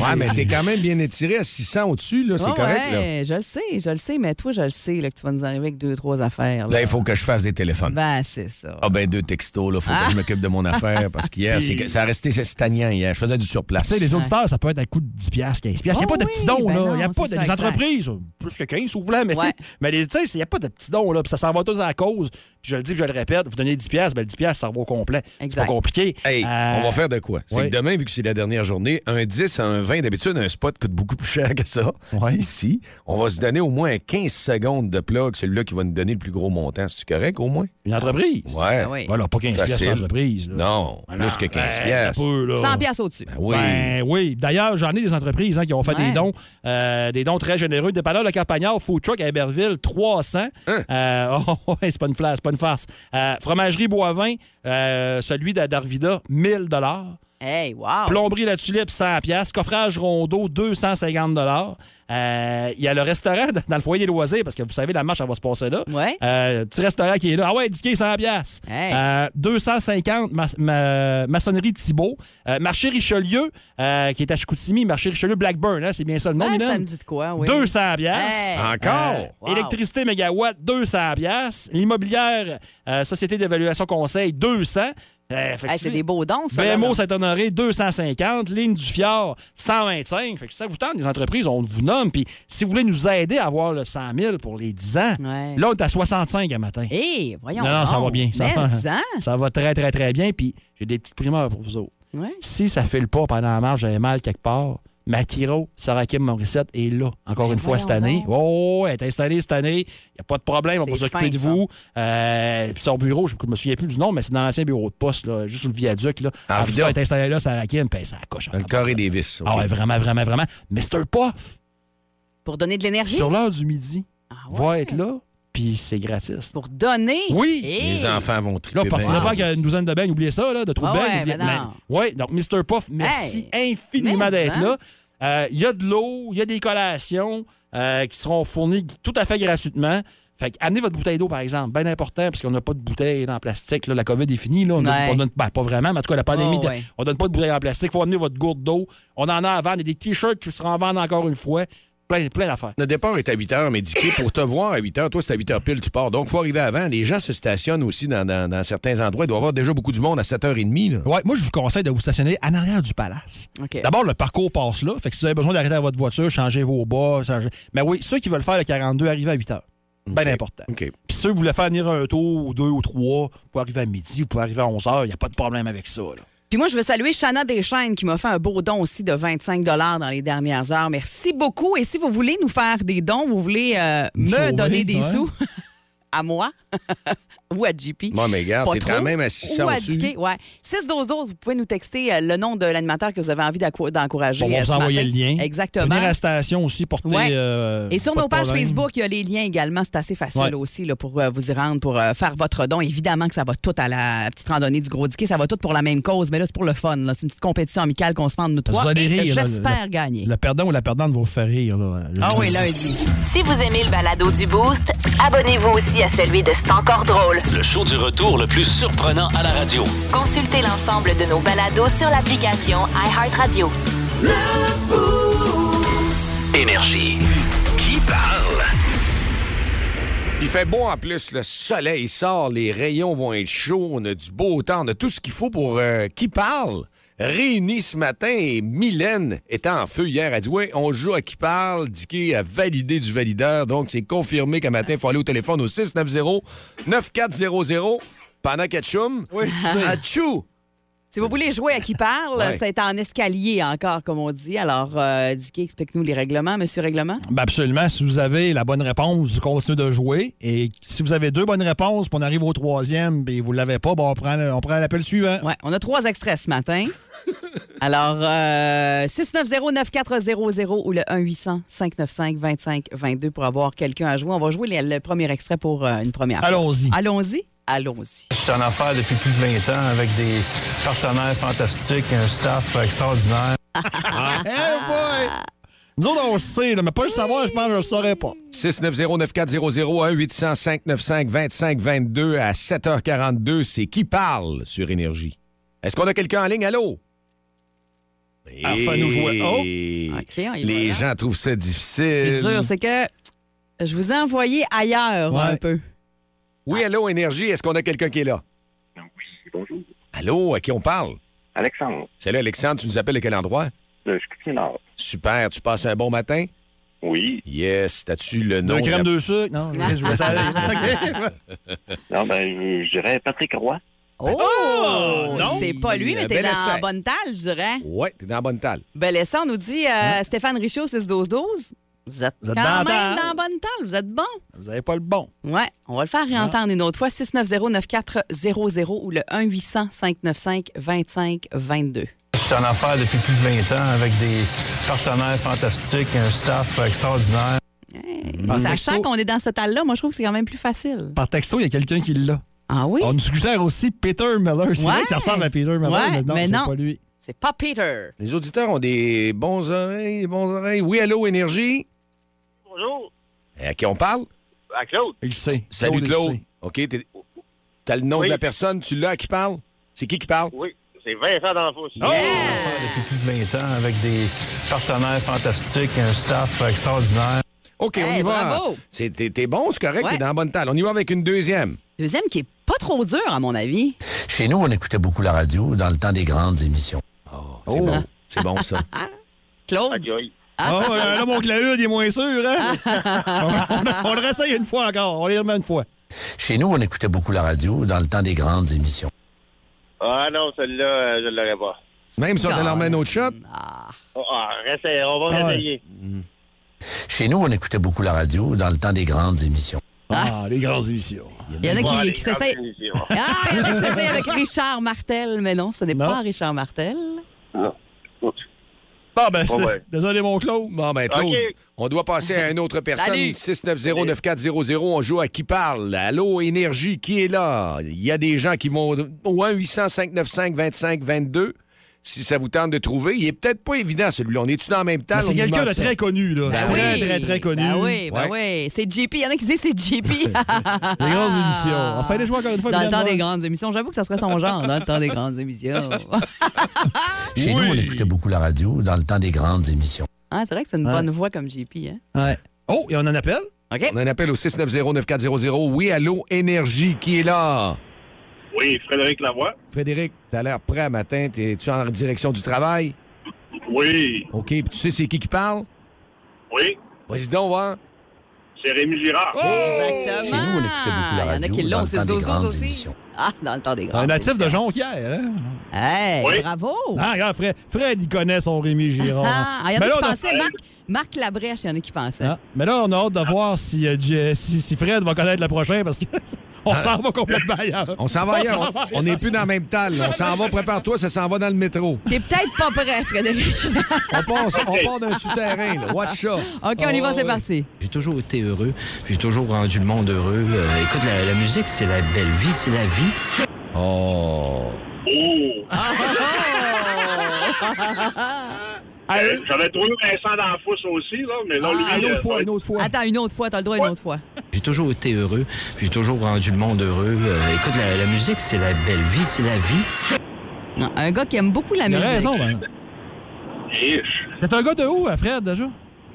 [SPEAKER 4] Ouais,
[SPEAKER 6] j'ai-
[SPEAKER 4] mais t'es quand même bien étiré à 600 au-dessus, là. C'est
[SPEAKER 5] Ouais,
[SPEAKER 4] correct, là.
[SPEAKER 5] ouais, Je le sais, je le sais, mais toi, je le sais là, que tu vas nous arriver avec deux, trois affaires.
[SPEAKER 6] Ben,
[SPEAKER 4] Là,
[SPEAKER 5] Là.
[SPEAKER 4] il faut que je fasse des téléphones.
[SPEAKER 5] Ben, c'est ça.
[SPEAKER 4] Ah ben deux textos, là, faut que je m'occupe de mon affaire parce qu'hier,
[SPEAKER 6] Ah. Puis-
[SPEAKER 4] c'est- ça a resté stagnant hier. Je faisais du surplace.
[SPEAKER 6] Ben, Tu sais, les auditeurs, ça peut être à coût de 10 piastres, 15 piastres. Il n'y a
[SPEAKER 5] Oh
[SPEAKER 6] pas de
[SPEAKER 5] oui,
[SPEAKER 6] petits dons,
[SPEAKER 5] ben
[SPEAKER 6] là.
[SPEAKER 5] non,
[SPEAKER 6] Il n'y a pas
[SPEAKER 5] c'est
[SPEAKER 6] de,
[SPEAKER 5] ça,
[SPEAKER 6] les
[SPEAKER 5] exact.
[SPEAKER 6] entreprises, euh, plus que 15, s'il vous plaît, mais,
[SPEAKER 5] Ouais.
[SPEAKER 6] mais les- tu sais, il n'y a pas de petits dons, là. Puis ça s'en va tous à la cause. Puis je le dis, puis je le répète, vous donnez 10 piastres, ben le 10 piastres, ça va au complet. C'est
[SPEAKER 5] Exact.
[SPEAKER 6] pas compliqué.
[SPEAKER 4] Hey,
[SPEAKER 6] Euh,
[SPEAKER 4] on va faire de quoi? C'est
[SPEAKER 6] ouais.
[SPEAKER 4] que demain, vu que c'est la dernière journée, un 10 à un 20, d'habitude, un spot coûte beaucoup plus cher que ça.
[SPEAKER 6] Ouais.
[SPEAKER 4] Ici, on On va se donner au moins 15 secondes de plug, celui-là qui va nous donner le plus gros montant. C'est-tu correct, au moins?
[SPEAKER 6] Une entreprise?
[SPEAKER 4] Ouais.
[SPEAKER 6] Ah oui. Voilà, pas 15 piastres Ah,
[SPEAKER 4] Facile.
[SPEAKER 6] l'entreprise,
[SPEAKER 4] Non, plus que 15 piastres.
[SPEAKER 5] 100 piastres au-dessus.
[SPEAKER 4] Ben oui.
[SPEAKER 6] Ben oui. D'ailleurs, j'en ai des entreprises hein, qui ont fait
[SPEAKER 5] Ouais.
[SPEAKER 6] des dons, euh, des dons très généreux. Dépanneur Le Carpagnard, Food Truck à Héberville, 300.
[SPEAKER 4] Hein?
[SPEAKER 6] Euh, oh, oh, c'est pas une flasse, c'est pas une farce. Euh, fromagerie Boivin, euh, celui de- d'Arvida, 1000
[SPEAKER 5] Hey, wow.
[SPEAKER 6] Plomberie La Tulipe, 100 pièces. Coffrage Rondeau, 250 dollars. Euh, Il y a le restaurant d- dans le foyer des loisirs, parce que vous savez, la marche, elle va se passer là.
[SPEAKER 5] Ouais.
[SPEAKER 6] Euh, petit restaurant qui est là. Ah ouais, disqué, 100 pièces.
[SPEAKER 5] Hey.
[SPEAKER 6] Euh, 250, ma- ma- maçonnerie Thibault. Euh, marché Richelieu, euh, qui est à Chicoutimi. Marché Richelieu Blackburn, hein, c'est bien ça le nom,
[SPEAKER 5] Ah,
[SPEAKER 6] Mylène?
[SPEAKER 5] ça me dit de quoi, oui.
[SPEAKER 6] 200 piastres.
[SPEAKER 5] Hey.
[SPEAKER 4] Encore?
[SPEAKER 6] Euh,
[SPEAKER 5] Wow.
[SPEAKER 6] Électricité mégawatt, 200 piastres. L'immobilière, euh, Société d'évaluation conseil, 200. Euh, fait que
[SPEAKER 5] Hey, c'est des beaux dons, ça. là,
[SPEAKER 6] BMO
[SPEAKER 5] là.
[SPEAKER 6] Saint-Honoré, 250. Ligne du Fjord, 125. Fait que ça vous tente, les entreprises, on vous nomme. Puis si vous voulez nous aider à avoir le 100 000 pour les 10 ans,
[SPEAKER 5] Ouais.
[SPEAKER 6] là, on est à 65 un matin.
[SPEAKER 5] Hey, voyons.
[SPEAKER 6] non, non, ça
[SPEAKER 5] donc.
[SPEAKER 6] va bien. Ça
[SPEAKER 5] Mais hein,
[SPEAKER 6] va,
[SPEAKER 5] ça.
[SPEAKER 6] ça va très, très, très bien. Puis j'ai des petites primeurs pour vous autres.
[SPEAKER 5] Ouais.
[SPEAKER 6] Si ça file pas pendant la marche, j'avais mal quelque part. Makiro, Sarah Kim Morissette est là, encore
[SPEAKER 5] Ben
[SPEAKER 6] une fois
[SPEAKER 5] voyons
[SPEAKER 6] cette année.
[SPEAKER 5] donc.
[SPEAKER 6] Oh, elle est installée cette année. Il n'y a pas de problème, on va
[SPEAKER 5] C'est
[SPEAKER 6] s'occuper
[SPEAKER 5] fin,
[SPEAKER 6] de
[SPEAKER 5] ça.
[SPEAKER 6] vous. Euh, puis son bureau, je ne me souviens plus du nom, mais c'est dans l'ancien bureau de poste, là, juste sous le viaduc. Là.
[SPEAKER 4] Ah,
[SPEAKER 6] Elle
[SPEAKER 4] vidéo.
[SPEAKER 6] est installée là, Sarah Kim, puis ça coche.
[SPEAKER 4] Dans le carré des vis.
[SPEAKER 6] Ah
[SPEAKER 4] OK.
[SPEAKER 6] ouais, vraiment, vraiment, vraiment. Mr. Puff,
[SPEAKER 5] Pour donner de l'énergie.
[SPEAKER 6] sur l'heure du midi,
[SPEAKER 5] Ah
[SPEAKER 6] va
[SPEAKER 5] ouais.
[SPEAKER 6] être là, puis c'est gratis.
[SPEAKER 5] Pour donner.
[SPEAKER 6] Oui.
[SPEAKER 5] Hey.
[SPEAKER 4] Les enfants vont triper.
[SPEAKER 6] Là, on ne partira
[SPEAKER 4] ben
[SPEAKER 6] pas
[SPEAKER 4] raide.
[SPEAKER 6] avec une douzaine de bains, oubliez ça, là, de trous de
[SPEAKER 5] Ah
[SPEAKER 6] bains.
[SPEAKER 5] ouais,
[SPEAKER 6] oubliez-
[SPEAKER 5] ben non.
[SPEAKER 6] mais- ouais, donc Mr. Puff, merci infiniment
[SPEAKER 5] mais
[SPEAKER 6] d'être
[SPEAKER 5] hein.
[SPEAKER 6] là. Euh, Il y a de l'eau, il y a des collations euh, qui seront fournies tout à fait gratuitement. Fait que amenez votre bouteille d'eau, par exemple, bien important, parce qu'on n'a pas de bouteille en plastique. là. la COVID est finie. Là. On donne-
[SPEAKER 5] Ouais.
[SPEAKER 6] on donne- ben, pas vraiment, mais en tout cas, la pandémie,
[SPEAKER 5] Oh,
[SPEAKER 6] t'as-
[SPEAKER 5] ouais.
[SPEAKER 6] on donne pas de bouteille en plastique. faut amener votre gourde d'eau. On en a à vendre. Il y a des T-shirts qui seront en vente encore une fois. Plein, plein d'affaires.
[SPEAKER 4] Le départ est à 8 h, mais Dicky, pour te voir à 8 h, toi, c'est à 8 h pile, tu pars. Donc, faut arriver avant. Les gens se stationnent aussi dans, dans- dans certains endroits. Il doit y avoir déjà beaucoup du monde à 7h30. Là.
[SPEAKER 6] Ouais, moi, je vous conseille de vous stationner en arrière du palace.
[SPEAKER 5] OK.
[SPEAKER 6] D'abord, le parcours passe là. Fait que si vous avez besoin d'arrêter à votre voiture, changer vos bas, changer. Mais oui, ceux qui veulent faire le 42, arrivez à 8 heures. Bien important.
[SPEAKER 4] OK.
[SPEAKER 6] Puis ceux qui voulaient faire venir un tour, ou deux ou trois, vous pouvez arriver à midi, vous pouvez arriver à 11 heures, il n'y a pas de problème avec ça. là.
[SPEAKER 5] Puis moi, je veux saluer Chana Deschaines qui m'a fait un beau don aussi de 25 dans les dernières heures. Merci beaucoup. Et si vous voulez nous faire des dons, vous voulez euh, me
[SPEAKER 6] sauver,
[SPEAKER 5] donner des
[SPEAKER 6] ouais.
[SPEAKER 5] sous à moi ou à JP.
[SPEAKER 4] Moi, mais
[SPEAKER 6] Ah,
[SPEAKER 4] regarde,
[SPEAKER 5] Pas
[SPEAKER 4] t'es
[SPEAKER 5] trop.
[SPEAKER 4] quand même à 600
[SPEAKER 5] Ou à
[SPEAKER 4] au-dessus.
[SPEAKER 5] Dicky, ouais. 6 12 12, vous pouvez nous texter euh, le nom de l'animateur que vous avez envie d'accou- d'encourager.
[SPEAKER 6] Bon, on va
[SPEAKER 5] euh,
[SPEAKER 6] vous
[SPEAKER 5] ce
[SPEAKER 6] envoyer
[SPEAKER 5] matin.
[SPEAKER 6] le lien.
[SPEAKER 5] Exactement.
[SPEAKER 6] Venir à la station aussi, porter.
[SPEAKER 5] Ouais.
[SPEAKER 6] euh,
[SPEAKER 5] Et sur
[SPEAKER 6] pas
[SPEAKER 5] nos
[SPEAKER 6] de
[SPEAKER 5] pages
[SPEAKER 6] problème.
[SPEAKER 5] Facebook, il y a les liens également. C'est assez facile
[SPEAKER 6] Ouais.
[SPEAKER 5] aussi là, pour euh, vous y rendre, pour euh, faire votre don. Évidemment que ça va tout à la petite randonnée du Gros Diquet. Ça va tout pour la même cause, mais là, c'est pour le fun. là. C'est une petite compétition amicale qu'on se fait entre nous trois.
[SPEAKER 6] Vous allez
[SPEAKER 5] et que
[SPEAKER 6] rire, là, le-
[SPEAKER 5] J'espère gagner.
[SPEAKER 6] Le perdant ou la perdante va vous faire rire. Là,
[SPEAKER 5] Ah oui, lundi.
[SPEAKER 2] Si vous aimez le balado du Boost, abonnez-vous aussi à celui de C'est encore drôle.
[SPEAKER 3] Le show du retour le plus surprenant à la radio.
[SPEAKER 2] Consultez l'ensemble de nos balados sur l'application iHeartRadio.
[SPEAKER 3] Énergie. Qui parle?
[SPEAKER 4] Puis il fait beau en plus, le soleil sort, les rayons vont être chauds, on a du beau temps, on a tout ce qu'il faut pour euh, qui parle. Réunis ce matin et Mylène était en feu hier. Elle dit Ouais, on joue à qui parle. Dicky a validé du valideur. Donc, c'est confirmé qu'à matin, il faut aller au téléphone au 690-9400 pendant qu'elle choum. Oui,
[SPEAKER 6] Ah,
[SPEAKER 4] Achou!
[SPEAKER 5] Si vous voulez jouer à qui parle,
[SPEAKER 4] Ouais.
[SPEAKER 5] c'est en escalier encore, comme on dit. Alors, euh, Dicky, explique-nous les règlements, monsieur Règlement.
[SPEAKER 6] Ben absolument. Si vous avez la bonne réponse, vous continuez de jouer. Et si vous avez deux bonnes réponses, puis on arrive au troisième, puis vous ne l'avez pas, ben on prend, on prend l'appel suivant.
[SPEAKER 5] Ouais, on a trois extraits ce matin. Alors, euh, 690-9400 ou le 1-800-595-2522 pour avoir quelqu'un à jouer. On va jouer les- le premier extrait pour euh, une première. fois.
[SPEAKER 6] Allons-y.
[SPEAKER 5] Allons-y. Allons-y.
[SPEAKER 11] Je suis en affaires depuis plus de 20 ans avec des partenaires fantastiques, un staff extraordinaire.
[SPEAKER 6] Eh boy! Nous autres, on le sait, là, mais pas le savoir, je pense que je le saurais pas.
[SPEAKER 4] 690-9400-1800-595-2522 à 7h42. C'est qui parle sur Énergie? Est-ce qu'on a quelqu'un en ligne? Allô?
[SPEAKER 5] Ah,
[SPEAKER 6] Enfin, nous jouons. Oh!
[SPEAKER 5] OK, on y va
[SPEAKER 4] Les
[SPEAKER 5] là.
[SPEAKER 4] gens trouvent ça difficile.
[SPEAKER 5] C'est sûr, c'est que je vous ai envoyé ailleurs
[SPEAKER 6] euh, Ouais.
[SPEAKER 5] un peu.
[SPEAKER 4] Oui, allô, Énergie, est-ce qu'on a quelqu'un qui est là?
[SPEAKER 10] Oui, bonjour.
[SPEAKER 4] Allô, à qui on parle?
[SPEAKER 10] Alexandre,
[SPEAKER 4] Salut, Alexandre, tu nous appelles de quel endroit?
[SPEAKER 10] de Chicoutimi Nord.
[SPEAKER 4] Super, tu passes un bon matin?
[SPEAKER 10] Oui.
[SPEAKER 4] Yes, t'as-tu le nom?
[SPEAKER 6] Deux crèmes,
[SPEAKER 4] de...
[SPEAKER 6] deux sucres. Non, je vais- je vais s'aller.
[SPEAKER 10] Non, ben, je, je dirais Patrick Roy.
[SPEAKER 5] Oh!
[SPEAKER 6] non.
[SPEAKER 5] c'est pas lui, mais
[SPEAKER 4] Un
[SPEAKER 5] t'es
[SPEAKER 4] bel
[SPEAKER 5] dans
[SPEAKER 4] essai.
[SPEAKER 5] la bonne taille, je dirais.
[SPEAKER 4] Ouais, t'es dans la bonne talle.
[SPEAKER 5] Bel essai, on nous dit euh, Stéphane Richaud, 6-12-12. Vous êtes,
[SPEAKER 6] Vous êtes
[SPEAKER 5] quand
[SPEAKER 6] dans la
[SPEAKER 5] même
[SPEAKER 6] table.
[SPEAKER 5] dans la bonne table. Vous êtes bon.
[SPEAKER 6] Vous n'avez pas le bon.
[SPEAKER 5] Ouais, on va le
[SPEAKER 6] Ah.
[SPEAKER 5] faire réentendre une autre fois. 690-9400 ou le 1-800-595-2522.
[SPEAKER 11] Je suis en affaires depuis plus de 20 ans avec des partenaires fantastiques, un staff extraordinaire.
[SPEAKER 6] Par
[SPEAKER 5] Sachant
[SPEAKER 6] Ah, texto-
[SPEAKER 5] qu'on est dans ce tal-là, moi, je trouve que c'est quand même plus facile.
[SPEAKER 6] Par texto, il y a quelqu'un qui l'a.
[SPEAKER 5] Ah oui?
[SPEAKER 6] On nous suggère aussi Peter Miller. C'est vrai
[SPEAKER 5] Ouais.
[SPEAKER 6] que ça ressemble à Peter Miller,
[SPEAKER 5] Ouais,
[SPEAKER 6] mais non,
[SPEAKER 5] mais
[SPEAKER 6] c'est
[SPEAKER 5] non.
[SPEAKER 6] pas lui.
[SPEAKER 5] C'est pas Peter.
[SPEAKER 4] Les auditeurs ont des bons oreilles, des bons oreilles. Oui, allô, Énergie? Eh,
[SPEAKER 10] Bonjour.
[SPEAKER 4] À qui on parle?
[SPEAKER 10] À Ah, Claude.
[SPEAKER 6] Il sait.
[SPEAKER 4] Salut,
[SPEAKER 10] Claude, il
[SPEAKER 4] Claude.
[SPEAKER 10] sait.
[SPEAKER 4] OK, t'es- t'as le nom
[SPEAKER 10] Oui.
[SPEAKER 4] de la personne, tu l'as à qui parle? C'est qui qui parle? Oh!
[SPEAKER 10] Oui, c'est Vincent D'Anfos.
[SPEAKER 11] Depuis plus de 20 ans avec des partenaires fantastiques, un staff extraordinaire.
[SPEAKER 4] OK, on y va. C'est- T'es t'es bon, c'est correct,
[SPEAKER 5] Ouais.
[SPEAKER 4] t'es dans la bonne table. On y va avec une deuxième.
[SPEAKER 5] Deuxième qui est pas trop dur, à mon avis.
[SPEAKER 12] Chez nous, on écoutait beaucoup la radio dans le temps des grandes émissions.
[SPEAKER 4] Oh,
[SPEAKER 5] Oh.
[SPEAKER 4] c'est bon. C'est bon, ça.
[SPEAKER 5] Claude.
[SPEAKER 6] Ah, ouais, là, mon Claude, il est moins sûr. Hein? on, on le réessaye une fois encore. On les remet une fois.
[SPEAKER 12] Chez nous, on écoutait beaucoup la radio dans le temps des grandes émissions.
[SPEAKER 10] Ah non, celle-là, euh, je ne l'aurais pas.
[SPEAKER 4] Même si on te
[SPEAKER 10] Non.
[SPEAKER 4] leur met un autre shot?
[SPEAKER 10] Ah, ah, réessaye, on va
[SPEAKER 12] Ah ouais.
[SPEAKER 10] réessayer.
[SPEAKER 12] Chez nous, on écoutait beaucoup la radio dans le temps des grandes émissions.
[SPEAKER 6] Ah, les grandes émissions.
[SPEAKER 5] Il y en a
[SPEAKER 12] Voilà,
[SPEAKER 5] qui,
[SPEAKER 12] les
[SPEAKER 5] qui
[SPEAKER 12] grandes
[SPEAKER 5] s'essayent. Ah, il y en a qui s'essayent avec Richard Martel, mais non, ce n'est pas Richard Martel.
[SPEAKER 6] Bon, ben,
[SPEAKER 4] c'est-
[SPEAKER 6] désolé, mon Claude.
[SPEAKER 4] Bon, ben, Claude, on doit passer à une autre personne.
[SPEAKER 6] Salut.
[SPEAKER 4] 690-9400. On joue à qui parle. Allô, Énergie, qui est là? Il y a des gens qui vont au 1-800-595-2522. Si ça vous tente de trouver, il est peut-être pas évident celui-là. On est-tu dans le même temps?
[SPEAKER 6] Mais Ben, c'est
[SPEAKER 4] On
[SPEAKER 6] quelqu'un
[SPEAKER 4] demande
[SPEAKER 6] de
[SPEAKER 4] ça.
[SPEAKER 6] très connu, là.
[SPEAKER 4] Ben
[SPEAKER 6] Ah très,
[SPEAKER 4] oui.
[SPEAKER 6] très, très connu.
[SPEAKER 5] Ben oui, ben oui. C'est JP. Il y en a qui disent c'est JP. les
[SPEAKER 6] Les grandes émissions. Enfin, les jouer encore une fois.
[SPEAKER 5] Dans le
[SPEAKER 6] Guylaine
[SPEAKER 5] temps des
[SPEAKER 6] Moore.
[SPEAKER 5] grandes émissions. J'avoue que ça serait son genre, dans le temps des grandes émissions.
[SPEAKER 12] Chez nous, on écoutait beaucoup la radio dans le temps des grandes émissions.
[SPEAKER 5] Ah, c'est vrai que c'est une
[SPEAKER 12] Ouais.
[SPEAKER 5] bonne voix comme JP. Hein?
[SPEAKER 6] Ouais. Oh, et on en appelle?
[SPEAKER 4] On a un appel au 690-9400. Oui, allô, Énergie, qui est là?
[SPEAKER 10] Oui, Frédéric Lavoie.
[SPEAKER 4] Frédéric, t'as l'air prêt à matin. T'es-tu en direction du travail?
[SPEAKER 10] Oui,
[SPEAKER 4] OK, puis tu sais c'est qui qui parle?
[SPEAKER 10] oui,
[SPEAKER 4] Vas-y donc, voir.
[SPEAKER 10] c'est Rémi Girard.
[SPEAKER 5] Exactement.
[SPEAKER 12] Oh! Chez nous, on écoutait beaucoup la
[SPEAKER 5] Il y en a
[SPEAKER 12] radio
[SPEAKER 5] qui l'ont,
[SPEAKER 12] dans le
[SPEAKER 5] c'est
[SPEAKER 12] temps des
[SPEAKER 5] 12
[SPEAKER 12] grandes
[SPEAKER 5] aussi.
[SPEAKER 12] émissions.
[SPEAKER 5] Ah, dans le temps des grandes
[SPEAKER 6] Un natif
[SPEAKER 5] émissions.
[SPEAKER 6] de Jonquière, hein?
[SPEAKER 5] Hey,
[SPEAKER 6] Oui.
[SPEAKER 5] bravo!
[SPEAKER 6] Ah, regarde, Fred, Fred, il connaît son Rémi Girard.
[SPEAKER 5] Ah, il y
[SPEAKER 6] Mais
[SPEAKER 5] en a
[SPEAKER 6] Ben là,
[SPEAKER 5] qui
[SPEAKER 6] on a-
[SPEAKER 5] pensaient, Marc, Marc Labrèche, il y en a qui pensaient.
[SPEAKER 6] Ah, mais là, on a hâte de voir si, euh, J- si, si Fred va connaître le prochain parce que on
[SPEAKER 4] Ah.
[SPEAKER 6] s'en va complètement ailleurs.
[SPEAKER 4] On s'en va ailleurs.
[SPEAKER 6] s'en va
[SPEAKER 4] On n'est plus dans le même temps. là. On s'en va, prépare-toi, ça s'en va dans le métro.
[SPEAKER 5] T'es peut-être pas prêt, Frédéric.
[SPEAKER 4] On part, on part d'un souterrain. là. Watch ça.
[SPEAKER 5] OK, on y va, c'est parti.
[SPEAKER 13] Oh, J'ai toujours été heureux, j'ai toujours rendu le monde heureux. Euh, écoute, la, la musique, c'est la belle vie, c'est la vie.
[SPEAKER 4] Oh.
[SPEAKER 10] Euh, J'avais trouvé Vincent D'Anfos aussi, là, mais
[SPEAKER 12] Ah,
[SPEAKER 10] là, lui... euh, ouais.
[SPEAKER 6] autre fois.
[SPEAKER 5] Attends, une autre fois, t'as le droit à une autre fois.
[SPEAKER 13] J'ai toujours été heureux, j'ai toujours rendu le monde heureux. Euh, écoute, la, la musique, c'est la belle vie, c'est la vie.
[SPEAKER 5] Non, un gars qui aime beaucoup la
[SPEAKER 6] Il a
[SPEAKER 5] musique.
[SPEAKER 6] raison,
[SPEAKER 4] hein.
[SPEAKER 6] ben. T'es un gars de où, euh, Fred, déjà?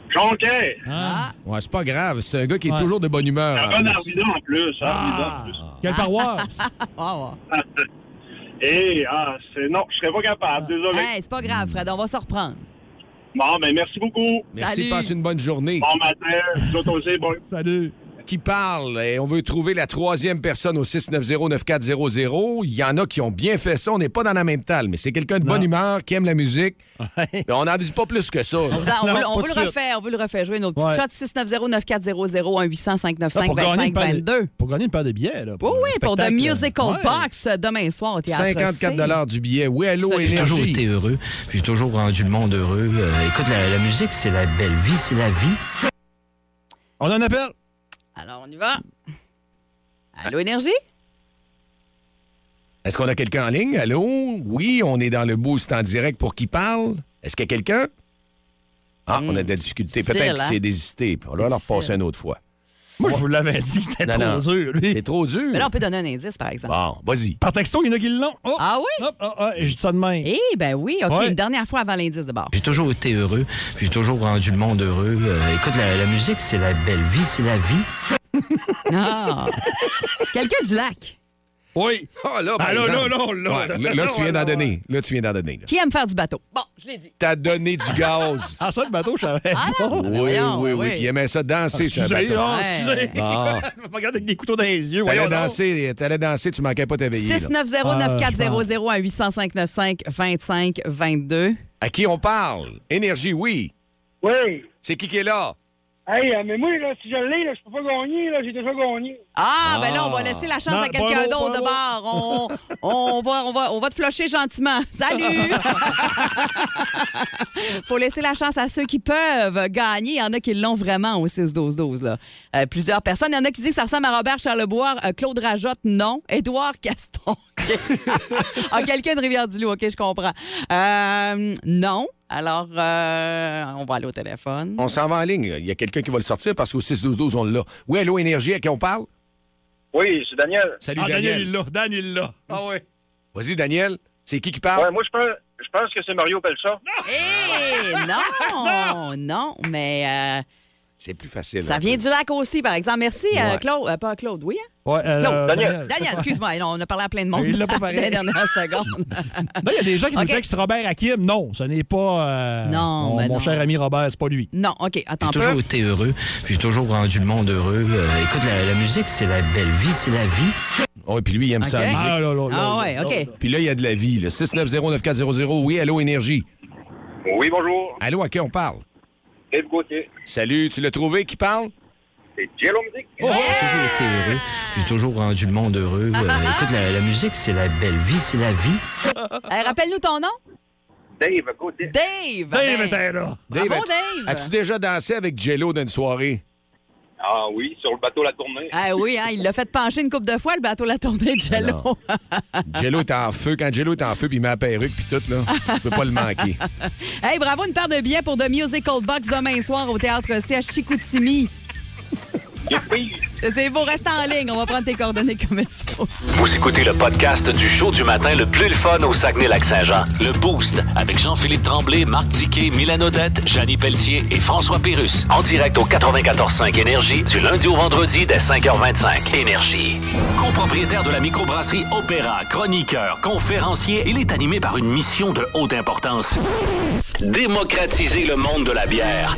[SPEAKER 10] Jonquière.
[SPEAKER 6] Ah.
[SPEAKER 4] Ouais, c'est pas grave. C'est un gars qui est
[SPEAKER 6] Ouais.
[SPEAKER 4] toujours de bonne humeur.
[SPEAKER 10] Un
[SPEAKER 4] en
[SPEAKER 10] bon
[SPEAKER 4] plus.
[SPEAKER 10] arbitre en plus.
[SPEAKER 12] Ah.
[SPEAKER 10] arbitre en plus.
[SPEAKER 6] Quelle paroisse?
[SPEAKER 5] Ah,
[SPEAKER 10] Eh, ah, c'est... Non, je serais pas capable,
[SPEAKER 5] ouais.
[SPEAKER 10] désolé.
[SPEAKER 5] Ah. Hey, c'est pas grave, Fred, on va se reprendre.
[SPEAKER 10] Bon, ben merci beaucoup.
[SPEAKER 4] Merci,
[SPEAKER 5] Salut.
[SPEAKER 4] passe une bonne journée.
[SPEAKER 10] Bon matin, vous autres aussi, bon.
[SPEAKER 6] Salut.
[SPEAKER 4] Qui parle? Et on veut trouver la troisième personne au 690-9400. Il y en a qui ont bien fait ça. On n'est pas dans la même table, mais c'est quelqu'un de bonne humeur, qui aime la musique. Mais on n'en dit pas plus que ça.
[SPEAKER 5] On, veut, on veut le refaire, on veut le refaire. Jouer nos petits
[SPEAKER 4] Ouais.
[SPEAKER 5] shots 690-9400 800
[SPEAKER 6] Là, Ah, pour, gagner une paire
[SPEAKER 5] 595
[SPEAKER 6] de, pour gagner une paire de billets. Là,
[SPEAKER 5] Oui,
[SPEAKER 6] le
[SPEAKER 5] oui, pour The
[SPEAKER 6] spectacle.
[SPEAKER 5] Musical
[SPEAKER 6] Ouais.
[SPEAKER 5] Box euh, demain soir au théâtre.
[SPEAKER 4] 54 du billet. Oui, allô,
[SPEAKER 13] J'ai toujours
[SPEAKER 4] énergie.
[SPEAKER 13] été heureux, j'ai toujours rendu le monde heureux. Euh, écoute, la, la musique, c'est la belle vie, c'est la vie.
[SPEAKER 6] On en appelle?
[SPEAKER 5] Alors, on y va. Allô,
[SPEAKER 6] Ah.
[SPEAKER 5] Énergie?
[SPEAKER 4] Est-ce qu'on a quelqu'un en ligne? Allô? Oui, on est dans le boost en direct pour qui parle. Est-ce qu'il y a quelqu'un? Ah, on
[SPEAKER 5] Hmm,
[SPEAKER 4] a de la difficulté.
[SPEAKER 6] Difficile,
[SPEAKER 4] Peut-être qu'il
[SPEAKER 6] hein?
[SPEAKER 4] s'est désisté. On va leur passer une autre fois.
[SPEAKER 6] Moi, je vous l'avais dit, c'était
[SPEAKER 4] Non,
[SPEAKER 6] trop
[SPEAKER 4] non.
[SPEAKER 6] dur, lui.
[SPEAKER 4] C'est trop dur.
[SPEAKER 6] Hmm.
[SPEAKER 5] Mais Ben là, on peut donner un indice, par exemple.
[SPEAKER 4] Bon, vas-y.
[SPEAKER 6] Par texto, il y en a qui l'ont. Oh,
[SPEAKER 5] Ah oui?
[SPEAKER 6] Hop, ah, ah, je dis ça de même.
[SPEAKER 5] Eh ben oui, OK,
[SPEAKER 13] Ouais.
[SPEAKER 5] une dernière fois avant l'indice de bord.
[SPEAKER 13] J'ai toujours été heureux, j'ai toujours rendu le monde heureux. Euh, écoute, la, la musique, c'est la belle vie, c'est la vie.
[SPEAKER 5] Non. Quelqu'un du lac
[SPEAKER 6] Oui.
[SPEAKER 4] Ah, là, par
[SPEAKER 6] Ah, là,
[SPEAKER 4] exemple.
[SPEAKER 6] là, là, là,
[SPEAKER 4] Ouais,
[SPEAKER 6] là,
[SPEAKER 4] là,
[SPEAKER 6] là,
[SPEAKER 4] tu viens
[SPEAKER 6] là,
[SPEAKER 4] d'en
[SPEAKER 6] là,
[SPEAKER 4] donner. Là, tu viens d'en donner. là.
[SPEAKER 5] qui aime faire du bateau. Bon, je l'ai dit.
[SPEAKER 4] T'as donné du gaz.
[SPEAKER 6] Ah, ça, le bateau, je savais.
[SPEAKER 5] Ah, non,
[SPEAKER 4] Oui,
[SPEAKER 5] mais
[SPEAKER 4] oui,
[SPEAKER 5] voyons,
[SPEAKER 4] oui,
[SPEAKER 5] oui.
[SPEAKER 4] Il aimait ça danser sur un
[SPEAKER 6] Excusez,
[SPEAKER 4] bateau.
[SPEAKER 6] là, excusez.
[SPEAKER 4] Bon.
[SPEAKER 6] Je me regarde avec des couteaux dans les yeux.
[SPEAKER 4] T'allais
[SPEAKER 6] voyons donc.
[SPEAKER 4] danser, t'allais danser, tu manquais pas t'éveiller. là.
[SPEAKER 6] Ah,
[SPEAKER 5] 690-9400 à 800-595-2522.
[SPEAKER 4] À qui on parle? Énergie, oui.
[SPEAKER 10] Oui.
[SPEAKER 4] C'est qui qui est là?
[SPEAKER 10] Hey, euh, mais moi, là, si je l'ai, là, je peux pas gagner, là, j'ai déjà gagné.
[SPEAKER 5] Ah, ben là, on va laisser la chance
[SPEAKER 10] Non,
[SPEAKER 5] à quelqu'un
[SPEAKER 10] bravo,
[SPEAKER 5] d'autre de bord. On, on va, on, va, on va te flusher gentiment. Salut! faut laisser la chance à ceux qui peuvent gagner. Il y en a qui l'ont vraiment au 6-12-12. là. Euh, plusieurs personnes. Il y en a qui disent que ça ressemble à Robert Charlebois. Euh, Claude Rajotte, non. Édouard Caston. ah, quelqu'un de Rivière-du-Loup. OK, je comprends. Euh, non. Alors, euh, on va aller au téléphone.
[SPEAKER 4] On s'en va en ligne. Il y a quelqu'un qui va le sortir parce qu'au 6-12-12, on l'a. Oui, Allô Énergie, à qui on parle?
[SPEAKER 10] Oui, c'est Daniel.
[SPEAKER 5] Ah,
[SPEAKER 4] Salut, Ah, Daniel.
[SPEAKER 6] il l'a. Daniel, il l'a.
[SPEAKER 10] Ah ouais.
[SPEAKER 4] Vas-y, Daniel. C'est qui qui parle?
[SPEAKER 10] Ouais, moi, je pense, je pense que c'est Mario Pelcha.
[SPEAKER 5] Eh, non, non, mais
[SPEAKER 4] C'est plus facile.
[SPEAKER 5] euh, ça
[SPEAKER 4] hein.
[SPEAKER 5] vient du lac aussi, par exemple. Merci, euh,
[SPEAKER 4] Ouais.
[SPEAKER 5] Claude. euh, pas Claude, oui? hein?
[SPEAKER 6] Ouais, euh,
[SPEAKER 5] Claude.
[SPEAKER 6] Daniel.
[SPEAKER 5] Daniel, excuse-moi. Non, on a parlé à plein de monde.
[SPEAKER 6] Il l'a pas pareil.
[SPEAKER 5] dans les dernières secondes.
[SPEAKER 6] Là, il y a des gens qui nous
[SPEAKER 5] Ok.
[SPEAKER 6] disent que c'est Robert Hakim. Non, ce n'est pas euh,
[SPEAKER 5] Non,
[SPEAKER 6] mon,
[SPEAKER 5] ben
[SPEAKER 6] mon
[SPEAKER 5] non.
[SPEAKER 6] cher ami Robert, c'est pas lui.
[SPEAKER 5] Non, OK, attends un
[SPEAKER 13] J'ai
[SPEAKER 5] peu.
[SPEAKER 13] toujours été heureux, puis j'ai toujours rendu le monde heureux. Euh, écoute, la, la musique, c'est la belle vie, c'est la vie.
[SPEAKER 4] Oui, puis lui, il aime ça.
[SPEAKER 13] Ok.
[SPEAKER 4] la musique.
[SPEAKER 13] Ah, là, là, là,
[SPEAKER 5] Ah ouais, là, OK. là.
[SPEAKER 4] Puis là, il y a de la vie. Le 690-9400. Oui, allô, Énergie.
[SPEAKER 10] Oui, bonjour.
[SPEAKER 4] Allô, à qui on parle?
[SPEAKER 10] Dave Gauthier.
[SPEAKER 4] Salut, tu l'as trouvé qui parle? Oh,
[SPEAKER 10] C'est Jérôme Dick.
[SPEAKER 13] J'ai toujours été heureux, j'ai toujours rendu le monde heureux. Euh, écoute, la, la musique, c'est la belle vie, c'est la vie.
[SPEAKER 5] Euh, Rappelle-nous ton nom.
[SPEAKER 10] Dave Gauthier.
[SPEAKER 5] Dave. ben,
[SPEAKER 6] là.
[SPEAKER 5] Bravo,
[SPEAKER 4] as-tu-
[SPEAKER 5] Dave.
[SPEAKER 4] As-tu déjà dansé avec Jello d'une soirée?
[SPEAKER 10] Ah oui, sur le bateau La Tournée.
[SPEAKER 5] Ah oui, hein, il l'a fait pencher une coupe de fois, le bateau l'a tournée de Jello.
[SPEAKER 4] Jello est en feu. Quand Jello est en feu, puis il met la perruque, puis tout, là, tu peux pas le manquer.
[SPEAKER 5] hey, bravo, une paire de billets pour The Musical Box demain soir au Théâtre CH Chicoutimi. C'est beau, reste en ligne. On va prendre tes coordonnées comme il faut.
[SPEAKER 3] Vous écoutez le podcast du show du matin le plus le fun au Saguenay-Lac-Saint-Jean. Le Boost avec Jean-Philippe Tremblay, Marc Tiquet, Milan Odette, Janine Pelletier et François Pérus. En direct au 94.5 Énergie du lundi au vendredi dès 5h25. Énergie. Copropriétaire de la microbrasserie Opéra, chroniqueur, conférencier, il est animé par une mission de haute importance. Démocratiser le monde de la bière.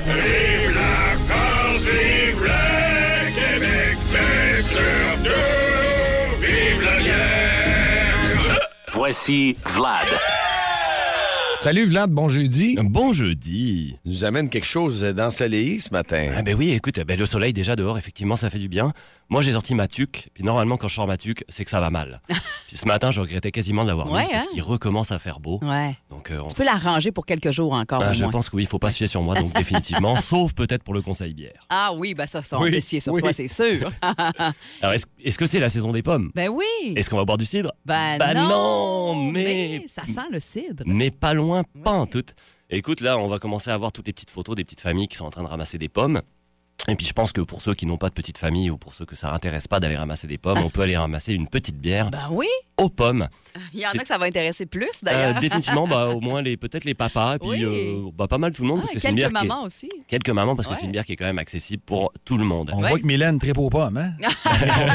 [SPEAKER 14] vive le Québec, mais surtout, vive la bière!
[SPEAKER 3] Voici Vlad.
[SPEAKER 4] Salut, Vlad, bon jeudi.
[SPEAKER 15] Bon jeudi.
[SPEAKER 4] Nous amène quelque chose d'ensoleillé ce matin.
[SPEAKER 15] Ah ben oui, écoute, ben le soleil déjà dehors, effectivement, ça fait du bien. Moi, j'ai sorti ma tuque, puis normalement, quand je sors ma tuque, c'est que ça va mal. puis ce matin, je regrettais quasiment de l'avoir
[SPEAKER 5] Ouais,
[SPEAKER 15] mise parce
[SPEAKER 5] hein?
[SPEAKER 15] qu'il recommence à faire beau.
[SPEAKER 5] Ouais.
[SPEAKER 15] Donc, euh, on-
[SPEAKER 5] Tu peux la ranger pour quelques jours encore.
[SPEAKER 15] Ah,
[SPEAKER 5] au
[SPEAKER 15] je
[SPEAKER 5] moins.
[SPEAKER 15] pense que oui, il faut pas se fier sur moi, donc définitivement, sauf peut-être pour le conseil bière.
[SPEAKER 5] Ah oui, ben ça, ça, on
[SPEAKER 15] Oui,
[SPEAKER 5] peut se fier sur
[SPEAKER 15] oui.
[SPEAKER 5] toi, c'est sûr.
[SPEAKER 15] Alors, est-ce est-ce que c'est la saison des pommes
[SPEAKER 5] ben oui.
[SPEAKER 15] Est-ce qu'on va boire du cidre
[SPEAKER 5] Ben,
[SPEAKER 15] Bah
[SPEAKER 5] non,
[SPEAKER 15] mais...
[SPEAKER 5] Ça sent le cidre.
[SPEAKER 15] mais pas loin, pas en tout. Écoute, là, on va commencer à voir toutes les petites photos des petites familles qui sont en train de ramasser des pommes. Et puis je pense que pour ceux qui n'ont pas de petite famille ou pour ceux que ça intéresse pas d'aller ramasser des pommes, on peut aller ramasser une petite bière
[SPEAKER 5] Ben oui.
[SPEAKER 15] aux pommes.
[SPEAKER 5] Il y en a
[SPEAKER 15] C'est-
[SPEAKER 5] que ça va intéresser plus,
[SPEAKER 15] Euh,
[SPEAKER 5] d'ailleurs.
[SPEAKER 15] définitivement, bah, au moins les peut-être les papas, et puis
[SPEAKER 5] Oui.
[SPEAKER 15] euh, bah, pas mal tout le monde
[SPEAKER 5] Ah,
[SPEAKER 15] parce que c'est une
[SPEAKER 5] quelques
[SPEAKER 15] bière qui est-
[SPEAKER 5] mamans aussi.
[SPEAKER 15] quelques mamans parce que c'est une bière qui est quand même accessible pour tout le monde.
[SPEAKER 6] On voit que Mylène tripe aux pommes, hein?
[SPEAKER 5] Ah.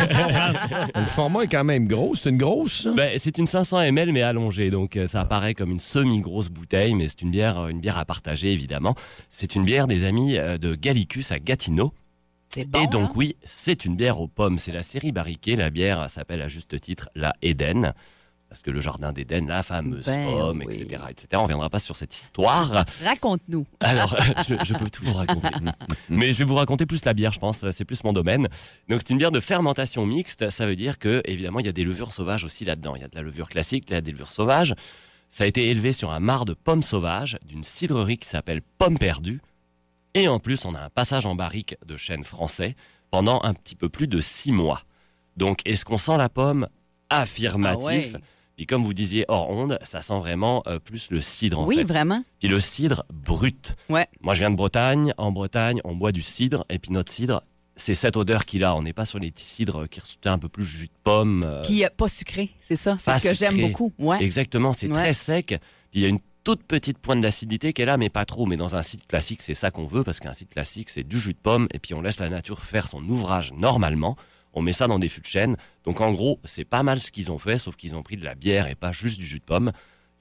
[SPEAKER 4] Le format est quand même gros. C'est une grosse. ça?
[SPEAKER 15] Ben, c'est une 500 ml mais allongée, donc euh, ça apparaît comme une semi-grosse bouteille, mais c'est une bière, euh, une bière à partager évidemment. C'est une bière des amis euh, de Gallicus à Gatineau.
[SPEAKER 5] C'est hein?
[SPEAKER 15] Et donc oui, c'est une bière aux pommes. C'est la série barriquée. La bière euh, s'appelle à juste titre la Éden. Parce que le jardin d'Éden, la fameuse
[SPEAKER 5] Ben
[SPEAKER 15] pomme, etc., etc. On ne reviendra pas sur cette histoire.
[SPEAKER 5] Raconte-nous.
[SPEAKER 15] Alors, euh, je, je peux tout vous raconter. Mais je vais vous raconter plus la bière, je pense. C'est plus mon domaine. Donc, c'est une bière de fermentation mixte. Ça veut dire que, évidemment, il y a des levures sauvages aussi là-dedans. Il y a de la levure classique, il y a des levures sauvages. Ça a été élevé sur un marc de pommes sauvages d'une cidrerie qui s'appelle Pomme Perdue. Et en plus, on a un passage en barrique de chêne français pendant un petit peu plus de six mois. Donc, est-ce qu'on sent la pomme Affirmatif.
[SPEAKER 5] Ah ouais.
[SPEAKER 15] Puis comme vous disiez hors onde, ça sent vraiment euh, plus le cidre en
[SPEAKER 5] Oui,
[SPEAKER 15] fait. Euh,
[SPEAKER 5] vraiment.
[SPEAKER 15] Puis le cidre brut.
[SPEAKER 5] Ouais.
[SPEAKER 15] Moi, je viens de Bretagne. En Bretagne, on boit du cidre. Et puis notre cidre, c'est cette odeur qu'il a. On n'est pas sur les petits cidres qui ressortent un peu plus jus de pomme. euh,
[SPEAKER 5] Puis euh, pas sucré, c'est ça. C'est
[SPEAKER 15] pas
[SPEAKER 5] ce que j'aime
[SPEAKER 15] sucré.
[SPEAKER 5] beaucoup. Ouais.
[SPEAKER 15] Exactement, c'est
[SPEAKER 5] Ouais.
[SPEAKER 15] très sec. Puis il y a une toute petite pointe d'acidité qui est là, mais pas trop. Mais dans un site classique, c'est ça qu'on veut, parce qu'un site classique, c'est du jus de pomme, et puis on laisse la nature faire son ouvrage normalement. On met ça dans des fûts de chêne. Donc en gros, c'est pas mal ce qu'ils ont fait, sauf qu'ils ont pris de la bière et pas juste du jus de pomme.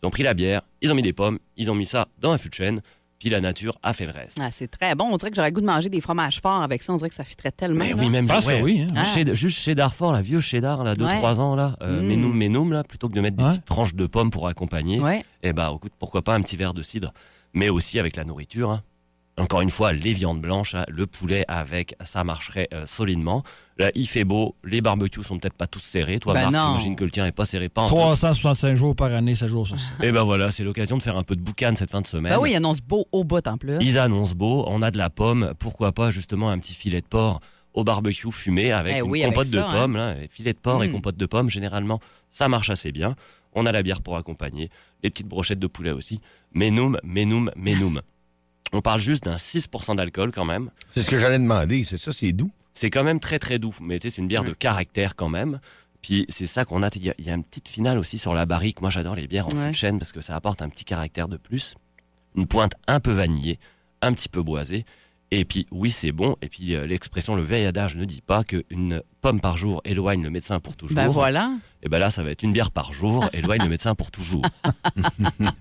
[SPEAKER 15] Ils ont pris la bière, ils ont mis des pommes, ils ont mis ça dans un fût de chêne, puis la nature a fait le reste.
[SPEAKER 5] Ah, c'est très bon. On dirait que j'aurais le goût de manger des fromages forts avec ça. On dirait que ça fitterait tellement.
[SPEAKER 15] Mais
[SPEAKER 5] là.
[SPEAKER 15] Eh Ben oui, hein. même ouais.
[SPEAKER 5] Ah.
[SPEAKER 15] Chez- juste chez Darfort, la vieux chez Dar, là, 2-3
[SPEAKER 5] Ouais.
[SPEAKER 15] ans, là, euh,
[SPEAKER 5] Mm.
[SPEAKER 15] Ménoum, Ménoum, là, plutôt que de mettre des petites tranches de pommes pour accompagner,
[SPEAKER 5] Ouais.
[SPEAKER 15] eh ben, écoute, pourquoi pas un petit verre de cidre, mais aussi avec la nourriture. hein. Encore une fois, les viandes blanches, hein, le poulet avec, ça marcherait euh, solidement. Là, il fait beau, les barbecues sont peut-être pas tous serrés. Toi,
[SPEAKER 6] Ben
[SPEAKER 5] Bah
[SPEAKER 15] Marc,
[SPEAKER 6] non.
[SPEAKER 15] j'imagine que le tien est pas serré. Pas en tout.
[SPEAKER 6] 365 jours par année, 7 jours
[SPEAKER 5] Ah.
[SPEAKER 6] sur 7.
[SPEAKER 15] Et ben voilà, c'est l'occasion de faire un peu de boucan cette fin de semaine.
[SPEAKER 5] Ben oui, il annonce beau au bout en plus.
[SPEAKER 15] Ils annoncent beau, on a de la pomme, pourquoi pas justement un petit filet de porc au barbecue fumé avec
[SPEAKER 5] Eh
[SPEAKER 15] une
[SPEAKER 5] oui, avec
[SPEAKER 15] compote
[SPEAKER 5] ça,
[SPEAKER 15] de
[SPEAKER 5] hein.
[SPEAKER 15] pommes. là, et filet de porc et
[SPEAKER 5] Mm.
[SPEAKER 15] compote de pommes, généralement, ça marche assez bien. On a la bière pour accompagner, les petites brochettes de poulet aussi. Menoum, menoum, menoum. On parle juste d'un 6% d'alcool quand même.
[SPEAKER 4] C'est ce que j'allais demander, c'est ça, c'est doux.
[SPEAKER 15] C'est quand même très très doux, mais tu sais, c'est une bière de caractère quand même. Puis c'est ça qu'on a. Il y, a- il y a une petite finale aussi sur la barrique. Moi j'adore les bières en
[SPEAKER 6] Ouais.
[SPEAKER 15] fût de chêne parce que ça apporte un petit caractère de plus. Une pointe un peu vanillée, un petit peu boisée. Et puis oui, c'est bon. Et puis euh, l'expression, le vieil adage ne dit pas qu'une pomme par jour éloigne le médecin pour toujours.
[SPEAKER 5] Ben voilà.
[SPEAKER 15] Et ben là, ça va être une bière par jour éloigne le médecin pour toujours.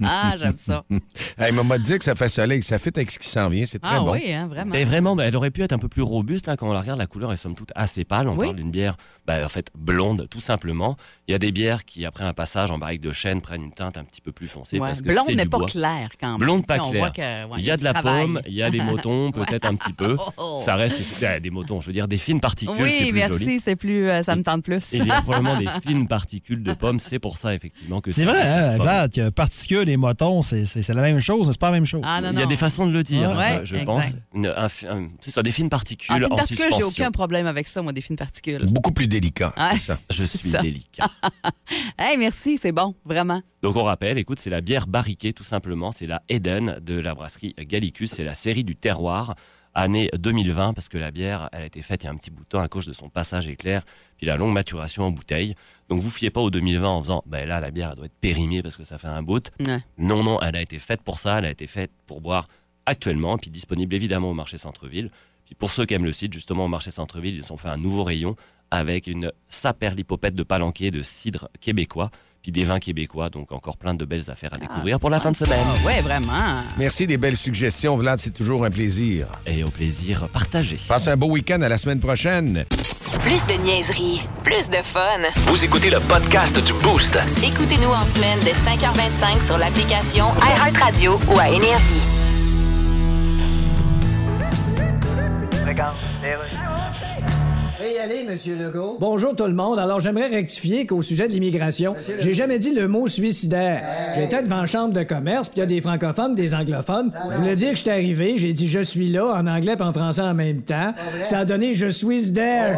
[SPEAKER 5] Ah, j'aime ça.
[SPEAKER 4] Hey, maman dit que ça fait soleil, que ça fit avec ce qui s'en vient, c'est très
[SPEAKER 5] Ah
[SPEAKER 4] bon.
[SPEAKER 5] oui, hein, vraiment.
[SPEAKER 15] Mais vraiment, ben, elle aurait pu être un peu plus robuste. Là, quand on la regarde, la couleur est somme toute assez pâle. On
[SPEAKER 5] Oui.
[SPEAKER 15] parle d'une bière, ben, en fait, blonde, tout simplement. Il y a des bières qui, après un passage en barrique de chêne, prennent une teinte un petit peu plus foncée.
[SPEAKER 5] Ouais,
[SPEAKER 15] Parce que
[SPEAKER 5] blonde
[SPEAKER 15] c'est
[SPEAKER 5] n'est
[SPEAKER 15] du
[SPEAKER 5] pas
[SPEAKER 15] bois.
[SPEAKER 5] claire, quand même.
[SPEAKER 15] Blonde pas
[SPEAKER 5] Tu sais, on
[SPEAKER 15] claire.
[SPEAKER 5] voit que, ouais,
[SPEAKER 15] il
[SPEAKER 5] il y
[SPEAKER 15] y a
[SPEAKER 5] a
[SPEAKER 15] de
[SPEAKER 5] du
[SPEAKER 15] la
[SPEAKER 5] travail. Oh.
[SPEAKER 15] pomme, il y a des motons, peut-être un petit peu. Ça reste ben, des motons, je veux dire, des fines particules. c'est
[SPEAKER 5] Oui,
[SPEAKER 15] plus
[SPEAKER 5] merci,
[SPEAKER 15] joli.
[SPEAKER 5] c'est plus, euh, ça me tente plus.
[SPEAKER 15] Et il y a probablement des fines particules de pommes. C'est pour ça, effectivement, que
[SPEAKER 6] C'est vrai, hein,
[SPEAKER 15] pas bon.
[SPEAKER 6] Vlad, que particules et motons, c'est c'est- c'est la même chose, mais c'est pas la même chose.
[SPEAKER 15] Il y a des façons de le dire,
[SPEAKER 5] Ouais,
[SPEAKER 15] je- je,
[SPEAKER 5] exact. Ah,
[SPEAKER 15] pense. Une- un fi- un- c'est ça, des fines particules
[SPEAKER 5] En fines
[SPEAKER 15] en
[SPEAKER 5] particules, j'ai
[SPEAKER 15] suspension.
[SPEAKER 5] aucun problème avec ça, moi, des fines particules.
[SPEAKER 4] Beaucoup plus délicat,
[SPEAKER 5] Ouais.
[SPEAKER 4] c'est ça.
[SPEAKER 15] Je suis
[SPEAKER 5] ça.
[SPEAKER 15] délicat.
[SPEAKER 5] Hey, merci, c'est bon, vraiment.
[SPEAKER 15] Donc on rappelle, écoute, c'est la bière barriquée tout simplement, c'est la Eden de la brasserie Gallicus, c'est la série du terroir, année 2020, parce que la bière, elle a été faite il y a un petit bout de temps à cause de son passage éclair, puis la longue maturation en bouteille. Donc vous fiez pas au 2020 en faisant, ben là la bière elle doit être périmée parce que ça fait un bout.
[SPEAKER 5] Ouais.
[SPEAKER 15] Non, non, elle a été faite pour ça, elle a été faite pour boire actuellement, puis disponible évidemment au marché centre-ville. Puis pour ceux qui aiment le site, justement au marché centre-ville, ils ont fait un nouveau rayon avec une saperlipopette de palanquet de cidre québécois, puis des vins québécois, donc encore plein de belles affaires à découvrir pour la fin de semaine.
[SPEAKER 5] Ah, Ouais, vraiment.
[SPEAKER 4] Merci des belles suggestions, Vlad, c'est toujours un plaisir.
[SPEAKER 15] Et au plaisir partagé.
[SPEAKER 4] Passe un beau week-end à la semaine prochaine.
[SPEAKER 2] Plus de niaiserie, plus de fun.
[SPEAKER 3] Vous écoutez le podcast du Boost.
[SPEAKER 2] Écoutez-nous en semaine de 5h25 sur l'application iHeartRadio ou à Énergie.
[SPEAKER 7] y aller, Monsieur Legault. Bonjour tout le monde. Alors, j'aimerais rectifier qu'au sujet de l'immigration, j'ai jamais dit le mot
[SPEAKER 16] Eh
[SPEAKER 7] suicidaire. J'étais devant la chambre de commerce, puis il y a des francophones, des anglophones.
[SPEAKER 16] Ah,
[SPEAKER 7] Je voulais dire que j'étais arrivé, j'ai dit je suis là en anglais puis en français en même temps. Ça a donné je suis
[SPEAKER 16] Oh,
[SPEAKER 7] there.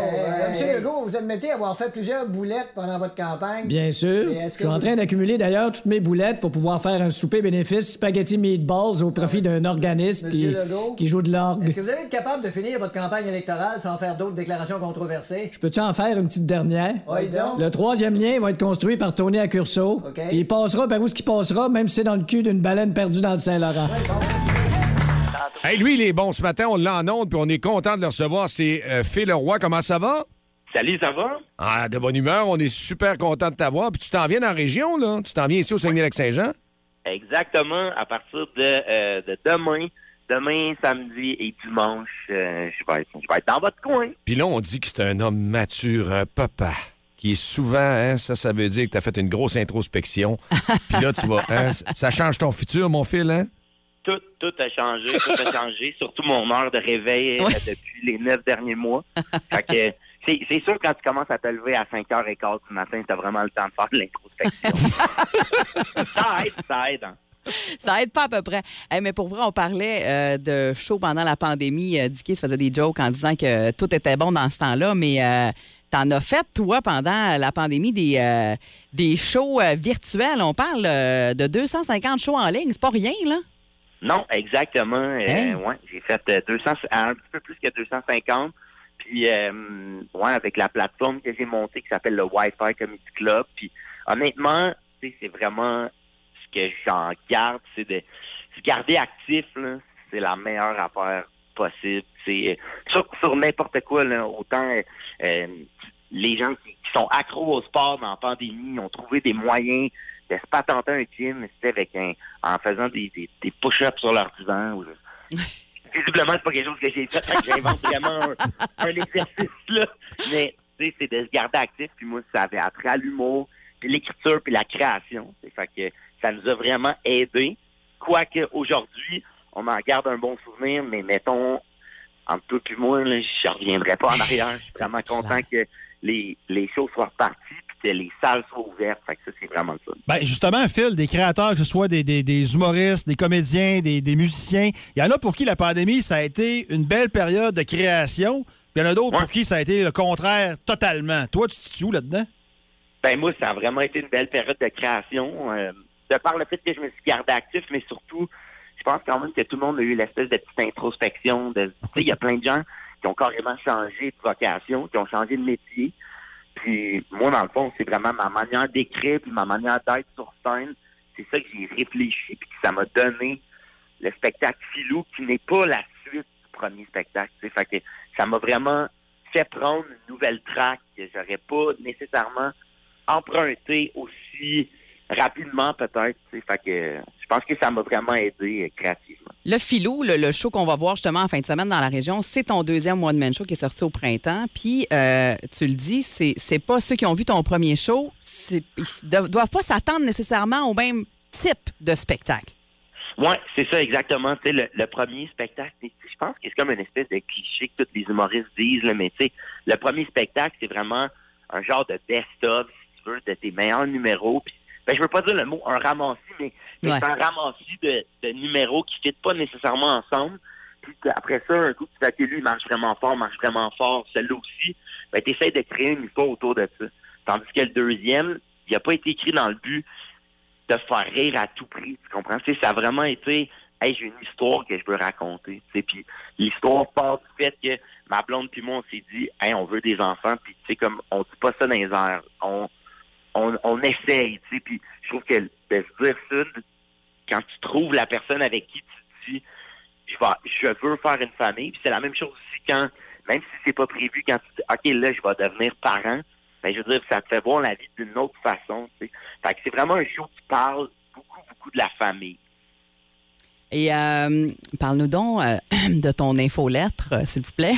[SPEAKER 16] Monsieur Legault, vous admettez avoir fait plusieurs boulettes pendant votre campagne?
[SPEAKER 7] Bien sûr.
[SPEAKER 16] oh. Mais est-ce
[SPEAKER 7] Je
[SPEAKER 16] que
[SPEAKER 7] suis
[SPEAKER 16] vous-
[SPEAKER 7] en train d'accumuler d'ailleurs toutes mes boulettes pour pouvoir faire un souper bénéfice spaghetti meatballs au profit d'un organisme
[SPEAKER 16] Ah, Monsieur
[SPEAKER 7] qui,
[SPEAKER 16] Legault,
[SPEAKER 7] qui joue de l'orgue.
[SPEAKER 16] Est-ce que vous allez être capable de finir votre campagne électorale sans faire d'autres déclarations controversées?
[SPEAKER 7] Je peux-tu en faire une petite dernière?
[SPEAKER 16] Oui, donc.
[SPEAKER 7] Le troisième lien va être construit par Tony à Curso.
[SPEAKER 16] OK.
[SPEAKER 7] Il passera par où ce qui passera, même si c'est dans le cul d'une baleine perdue dans le Saint-Laurent.
[SPEAKER 4] Hey, lui, il est bon ce matin, on l'a en onde, puis on est content de le recevoir. C'est euh, Phil Leroy, comment ça va?
[SPEAKER 17] Salut, ça va?
[SPEAKER 4] Ah, de bonne humeur, on est super content de t'avoir. Puis tu t'en viens dans la région, là? Tu t'en viens ici au Saguenay-Lac-Saint-Jean?
[SPEAKER 17] Exactement, à partir de, euh, de demain, demain, samedi et dimanche, euh, je, vais être, je vais être dans votre coin.
[SPEAKER 4] Puis là, on dit que c'est un homme mature, un papa, qui est souvent, hein, ça, ça veut dire que t'as fait une grosse introspection. Puis là, tu vas, hein, ça change ton futur, mon Phil, hein?
[SPEAKER 17] Tout, tout a changé, tout a changé, surtout mon heure de réveil euh, depuis les neuf derniers mois. Fait que c'est c'est sûr quand tu commences à te lever à 5h15 du matin, t'as vraiment le temps de faire de l'introspection. ça aide, ça aide. hein.
[SPEAKER 5] Ça aide pas à peu près. Eh, mais pour vrai, on parlait euh, de show pendant la pandémie. Euh, Dicky se faisait des jokes en disant que tout était bon dans ce temps-là, mais euh, t'en as fait, toi, pendant la pandémie, des, euh, des shows euh, virtuels. On parle euh, de 250 shows en ligne. C'est pas rien, là?
[SPEAKER 17] Non, exactement. Euh, ouais, j'ai fait euh, 200, un petit peu plus que 250. Puis, euh, ouais, avec la plateforme que j'ai montée qui s'appelle le Wi-Fi Comedy Club. Puis, honnêtement, tu sais, c'est vraiment ce que j'en garde, c'est de se garder actif. là. C'est la meilleure affaire possible. C'est euh, sur, sur n'importe quoi, là, autant euh, euh, les gens qui, qui sont accros au sport dans la pandémie ont trouvé des moyens de se patenter un gym tu sais, avec un, en faisant des, des, des push-ups sur leur divan. ou- Visiblement, c'est pas quelque chose que j'ai fait, fait que j'invente vraiment un, un exercice là. Mais tu sais, c'est de se garder actif, puis moi, ça avait appris à l'humour, puis l'écriture, puis la création. tu sais. Fait que ça nous a vraiment aidés. Quoique aujourd'hui, on en garde un bon souvenir, mais mettons, entre tout et moi, là, je reviendrai pas en arrière. Je suis vraiment content que les, les choses soient reparties puis que les salles soient ouvertes. Fait que ça, c'est vraiment le fun.
[SPEAKER 6] Ben justement, Phil, des créateurs, que ce soit des, des- des humoristes, des comédiens, des, des musiciens, il y en a pour qui la pandémie, ça a été une belle période de création. puis Il y en a d'autres pour qui ça a été le contraire totalement. Toi, tu te situes où là-dedans?
[SPEAKER 17] Ben moi, ça a vraiment été une belle période de création. euh, de par le fait que je me suis gardé actif, mais surtout, je pense quand même que tout le monde a eu l'espèce de petite introspection. De, tu sais, il y a plein de gens qui ont carrément changé de vocation, qui ont changé de métier. Puis moi, dans le fond, c'est vraiment ma manière d'écrire, puis ma manière d'être sur scène. C'est ça que j'ai réfléchi, puis que ça m'a donné le spectacle Filou, qui n'est pas la suite du premier spectacle. tu sais. Fait que ça m'a vraiment fait prendre une nouvelle track que j'aurais pas nécessairement emprunté aussi rapidement peut-être. tu sais. Fait que euh, je pense que ça m'a vraiment aidé euh, créativement.
[SPEAKER 5] Le Filou, le, le show qu'on va voir justement en fin de semaine dans la région, c'est ton deuxième One Man Show qui est sorti au printemps. Puis, euh, tu le dis, c'est c'est pas ceux qui ont vu ton premier show, c'est- ils s- do- doivent pas s'attendre nécessairement au même type de spectacle.
[SPEAKER 17] Oui, c'est ça exactement. Tu sais, Le, le premier spectacle, tu sais, je pense que c'est comme une espèce de cliché que tous les humoristes disent, là, mais tu sais, le premier spectacle, c'est vraiment un genre de best-of, si tu veux, de tes meilleurs numéros. Puis, ben, je veux pas dire le mot un ramassis, mais mais
[SPEAKER 18] Ouais.
[SPEAKER 17] c'est un ramassis de, de numéros qui ne fitent pas nécessairement ensemble. Puis que après ça, un coup, tu fais que lui, il marche vraiment fort, marche vraiment fort, celui-là aussi. Ben, tu essaies de créer une histoire autour de ça. Tandis que le deuxième, il n'a pas été écrit dans le but de faire rire à tout prix, tu comprends? Tu sais, ça a vraiment été, hey, j'ai une histoire que je veux raconter. tu sais. Puis l'histoire part du fait que ma blonde puis moi, on s'est dit, hey, on veut des enfants, puis tu sais, comme, on dit pas ça dans les airs. On, on, on essaye, tu sais. Puis je trouve que de se dire ça, de- quand tu trouves la personne avec qui tu te dis, je, vais, je veux faire une famille, puis c'est la même chose aussi quand, même si c'est pas prévu, quand tu dis, OK, là, je vais devenir parent, ben, je veux dire, ça te fait voir la vie d'une autre façon, tu sais. Fait que c'est vraiment un show qui parle beaucoup, beaucoup de la famille.
[SPEAKER 5] Et euh, parle-nous donc euh, de ton infolettre, euh, s'il vous plaît.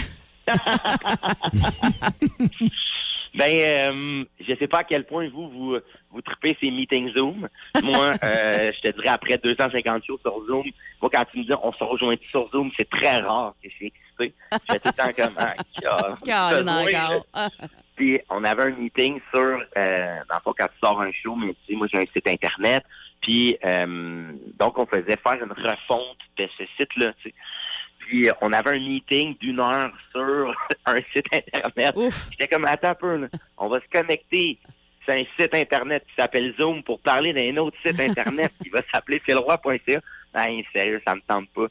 [SPEAKER 17] Ben, euh, je sais pas à quel point vous, vous, vous tripez ces meetings Zoom. Moi, euh, je te dirais, après 250 shows sur Zoom, moi, quand tu me dis on se rejoint sur Zoom, c'est très rare que je suis excité. Je fais tout le temps comme, ah, God,
[SPEAKER 5] Caroline,
[SPEAKER 17] besoin,
[SPEAKER 5] encore.
[SPEAKER 17] Puis on avait un meeting sur, euh, dans le fond, quand tu sors un show, mais tu sais, moi j'ai un site internet. Puis euh, donc on faisait faire une refonte de ce site-là. tu sais. Puis euh, on avait un meeting d'une heure sur un site internet. J'étais comme attends un peu, là. on va se connecter. C'est un site internet qui s'appelle Zoom pour parler d'un autre site internet qui va s'appeler philroy.ca. Ben sérieux, ça me tente pas.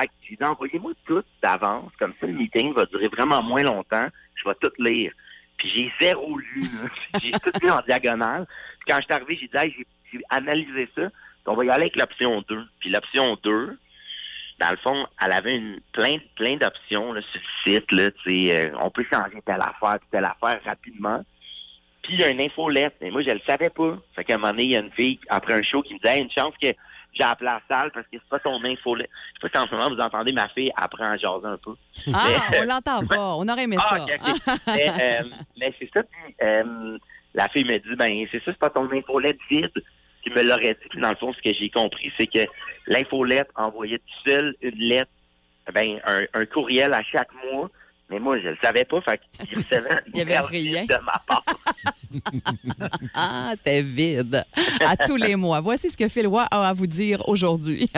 [SPEAKER 17] Fait que j'ai dit, envoyez-moi tout d'avance, comme ça le meeting va durer vraiment moins longtemps. Je vais tout lire. Puis j'ai zéro lu. là. j'ai tout lu en diagonale. Puis quand je suis arrivé, j'ai dit, Hey, j'ai- j'ai analysé ça. Puis on va y aller avec l'option 2. Puis l'option 2, dans le fond, elle avait une, plein, plein d'options là, sur le site. Là, tu sais, euh, on peut changer telle affaire, puis telle affaire rapidement. Puis il y a une infolette, mais moi, je le savais pas. Fait qu'à un moment donné, il y a une fille, après un show, qui me dit Hey, une chance que j'ai appelé la salle parce que c'est pas ton infolette. Je sais pas si en ce moment, vous entendez ma fille après en jaser un peu.
[SPEAKER 5] Ah,
[SPEAKER 17] Mais-
[SPEAKER 5] on l'entend pas. On aurait aimé
[SPEAKER 17] Ah,
[SPEAKER 5] ça.
[SPEAKER 17] ok, ok. mais euh, mais c'est ça. Puis, euh, la fille me dit, ben, c'est ça, c'est pas ton infolette vide. qui me l'aurait dit. Puis, dans le fond, ce que j'ai compris, c'est que l'infolette envoyait tout seul une lettre, ben, un, un courriel à chaque mois. Mais moi, je le savais pas. Fait qu'il recevait une
[SPEAKER 5] Il y avait
[SPEAKER 17] nouvelle lettre de ma part.
[SPEAKER 5] Ah, c'était vide. À tous les mois. Voici ce que Phil Roy a à vous dire aujourd'hui.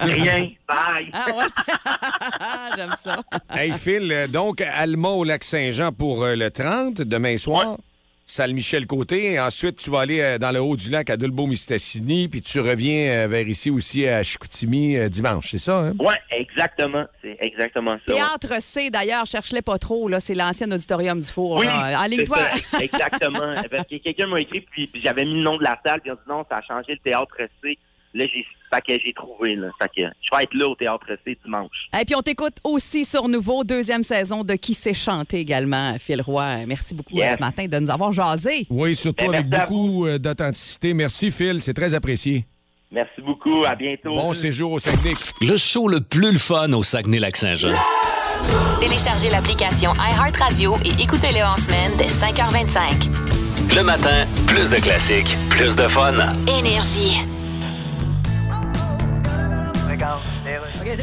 [SPEAKER 17] Rien. Bye.
[SPEAKER 5] Ah, ouais, c'est- J'aime ça.
[SPEAKER 4] Hey Phil, euh, donc Alma au lac Saint-Jean pour euh, le 30, demain soir. Salle Michel Côté. Et ensuite, tu vas aller euh, dans le haut du lac à Dulbeau-Mistassini, puis tu reviens euh, vers ici aussi à Chicoutimi euh, dimanche, c'est ça? Hein?
[SPEAKER 17] Ouais, exactement. C'est exactement ça. ouais.
[SPEAKER 5] Théâtre C, d'ailleurs, cherche-les pas trop. là. C'est l'ancien auditorium du four.
[SPEAKER 17] Oui,
[SPEAKER 5] là.
[SPEAKER 17] Ah, c'est
[SPEAKER 5] Aligne-toi.
[SPEAKER 17] ça, exactement. Parce que quelqu'un m'a écrit, puis, puis j'avais mis le nom de la salle, puis on dit non, ça a changé le théâtre C. Là, j'ai, fait que j'ai trouvé, là. Fait que je vais être là au théâtre C dimanche.
[SPEAKER 5] Et puis, on t'écoute aussi sur Nouveau, deuxième saison de Qui s'est chanté également, Phil Roy. Merci beaucoup
[SPEAKER 4] Yes.
[SPEAKER 5] euh, ce matin de nous avoir jasé.
[SPEAKER 4] Oui, surtout
[SPEAKER 5] Ben,
[SPEAKER 17] Eh,
[SPEAKER 4] avec
[SPEAKER 5] merci à
[SPEAKER 4] beaucoup euh, d'authenticité. Merci Phil, c'est très apprécié.
[SPEAKER 17] Merci beaucoup, à bientôt.
[SPEAKER 4] Bon séjour au Saguenay.
[SPEAKER 3] Le show le plus le fun au Saguenay-Lac-Saint-Jean.
[SPEAKER 2] Téléchargez l'application iHeartRadio et écoutez-le en semaine dès 5h25.
[SPEAKER 3] Le matin, plus de classiques, plus de fun.
[SPEAKER 2] Énergie.
[SPEAKER 16] Regarde, regarde.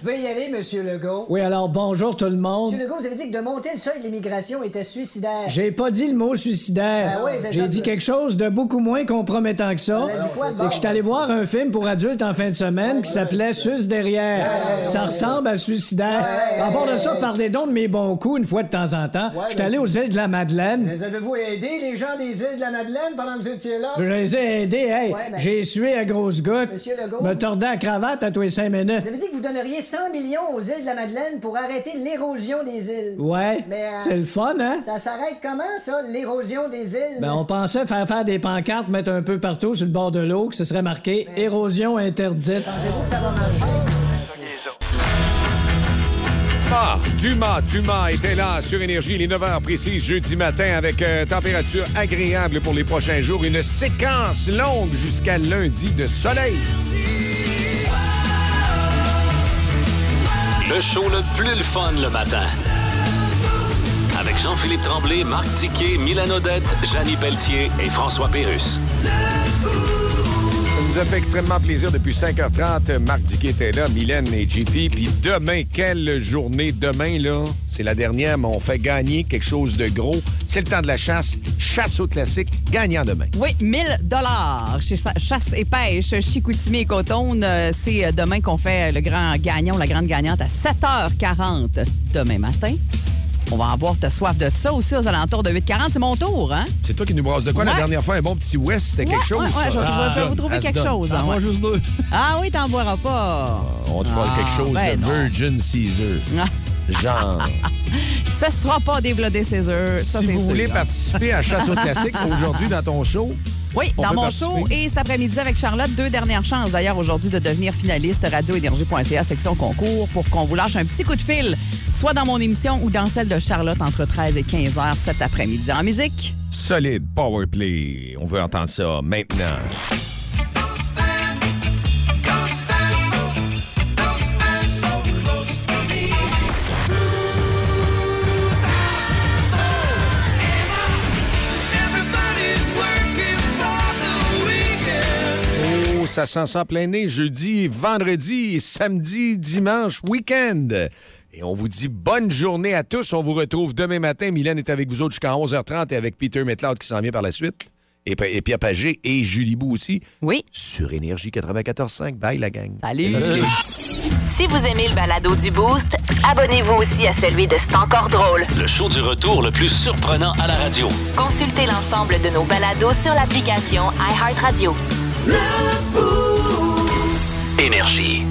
[SPEAKER 16] Veuillez y aller, Monsieur Legault.
[SPEAKER 7] Oui, alors bonjour tout le monde.
[SPEAKER 16] Monsieur Legault, vous avez dit que de monter le seuil de l'immigration était suicidaire.
[SPEAKER 7] J'ai pas dit le mot suicidaire.
[SPEAKER 16] Ah oui, c'est
[SPEAKER 7] J'ai
[SPEAKER 16] ça.
[SPEAKER 7] dit quelque chose de beaucoup moins compromettant que ça.
[SPEAKER 16] Ah, dit quoi de
[SPEAKER 7] C'est
[SPEAKER 16] bon?
[SPEAKER 7] que je suis allé voir un film pour adultes en fin de semaine qui s'appelait Sus derrière.
[SPEAKER 16] Ouais,
[SPEAKER 7] Ça
[SPEAKER 16] ouais,
[SPEAKER 7] ressemble à suicidaire. À part de ça, parlez donc de mes bons coups une fois de temps en temps. Je suis
[SPEAKER 16] mais-
[SPEAKER 7] allé aux îles de la Madeleine.
[SPEAKER 16] Mais avez-vous aidé les gens des îles de la Madeleine pendant que vous étiez là?
[SPEAKER 7] Je les ai aidés, hey!
[SPEAKER 16] Ouais, mais-
[SPEAKER 7] J'ai sué à grosses gouttes.
[SPEAKER 16] Monsieur Legault.
[SPEAKER 7] Me tordais la cravate à tous les cinq minutes.
[SPEAKER 16] Vous avez dit que vous donneriez 100 millions aux îles de la Madeleine pour arrêter l'érosion des îles.
[SPEAKER 7] Ouais.
[SPEAKER 16] Mais, euh,
[SPEAKER 7] C'est le fun, hein?
[SPEAKER 16] Ça s'arrête comment, ça, l'érosion des îles?
[SPEAKER 7] Ben, on pensait faire faire des pancartes, mettre un peu partout sur le bord de l'eau, que ce serait marqué érosion interdite.
[SPEAKER 16] Pensez-vous que ça va marcher?
[SPEAKER 4] Ah, Dumas, Dumas était là sur Énergie, les 9h précises, jeudi matin, avec euh, température agréable pour les prochains jours, une séquence longue jusqu'à lundi de soleil.
[SPEAKER 3] Le show le plus le fun le matin. Avec Jean-Philippe Tremblay, Marc Tiquet, Milan Odette, Janine Pelletier et François Pérus.
[SPEAKER 4] Ça nous a fait extrêmement plaisir depuis 5h30. Marc Diquet était là, Mylène et JP. Puis demain, quelle journée! Demain, là, c'est la dernière, mais on fait gagner quelque chose de gros. C'est le temps de la chasse. Chasse au classique, gagnant demain.
[SPEAKER 5] Oui, 1000 dollars chez Sa- Chasse et Pêche, Chicoutimi et Cotonne. Euh, C'est euh, demain qu'on fait le grand gagnant, ou la grande gagnante à 7h40 demain matin. On va avoir T'as soif de ça aussi aux alentours de 8h40. C'est mon tour, hein?
[SPEAKER 4] C'est toi qui nous brasse de quoi la
[SPEAKER 5] Ouais.
[SPEAKER 4] dernière fois? Un bon petit West, c'était
[SPEAKER 5] Ouais,
[SPEAKER 4] quelque chose.
[SPEAKER 5] ouais, ouais,
[SPEAKER 4] ça.
[SPEAKER 5] je vais- je vais- je vais vous trouver
[SPEAKER 4] Elle se
[SPEAKER 5] quelque
[SPEAKER 4] donne.
[SPEAKER 5] chose, hein,
[SPEAKER 4] Ah,
[SPEAKER 5] ouais.
[SPEAKER 4] juste deux.
[SPEAKER 5] Ah oui, t'en boiras pas.
[SPEAKER 4] On te fera
[SPEAKER 5] Ah,
[SPEAKER 4] quelque chose
[SPEAKER 5] ben
[SPEAKER 4] de
[SPEAKER 5] non. Ah,
[SPEAKER 4] Virgin Caesar. Genre.
[SPEAKER 5] Ce sera pas des Bloody Scissors. ça,
[SPEAKER 4] si
[SPEAKER 5] c'est
[SPEAKER 4] vous
[SPEAKER 5] sûr.
[SPEAKER 4] voulez participer à Chasse au classique aujourd'hui dans ton show,
[SPEAKER 5] Oui,
[SPEAKER 4] on
[SPEAKER 5] dans
[SPEAKER 4] peut
[SPEAKER 5] mon
[SPEAKER 4] participer.
[SPEAKER 5] show et cet après-midi avec Charlotte, deux dernières chances d'ailleurs aujourd'hui de devenir finaliste radioénergie.ca section concours pour qu'on vous lâche un petit coup de fil, soit dans mon émission ou dans celle de Charlotte entre 13 et 15 heures cet après-midi. En musique,
[SPEAKER 4] solide power play. On veut entendre ça maintenant. Oh, ça sent ça en plein nez jeudi, vendredi, samedi, dimanche, week-end. Et on vous dit bonne journée à tous. On vous retrouve demain matin. Mylène est avec vous autres jusqu'à 11h30 et avec Peter Metcloud qui s'en vient par la suite. Et, P- et Pierre Pagé et Julie Bou aussi.
[SPEAKER 5] Oui.
[SPEAKER 4] Sur Énergie 94.5. Bye la gang.
[SPEAKER 5] Salut.
[SPEAKER 2] Si vous aimez le balado du Boost, abonnez-vous aussi à celui de C'est encore drôle.
[SPEAKER 3] Le show du retour le plus surprenant à la radio.
[SPEAKER 2] Consultez l'ensemble de nos balados sur l'application iHeartRadio.
[SPEAKER 3] Énergie.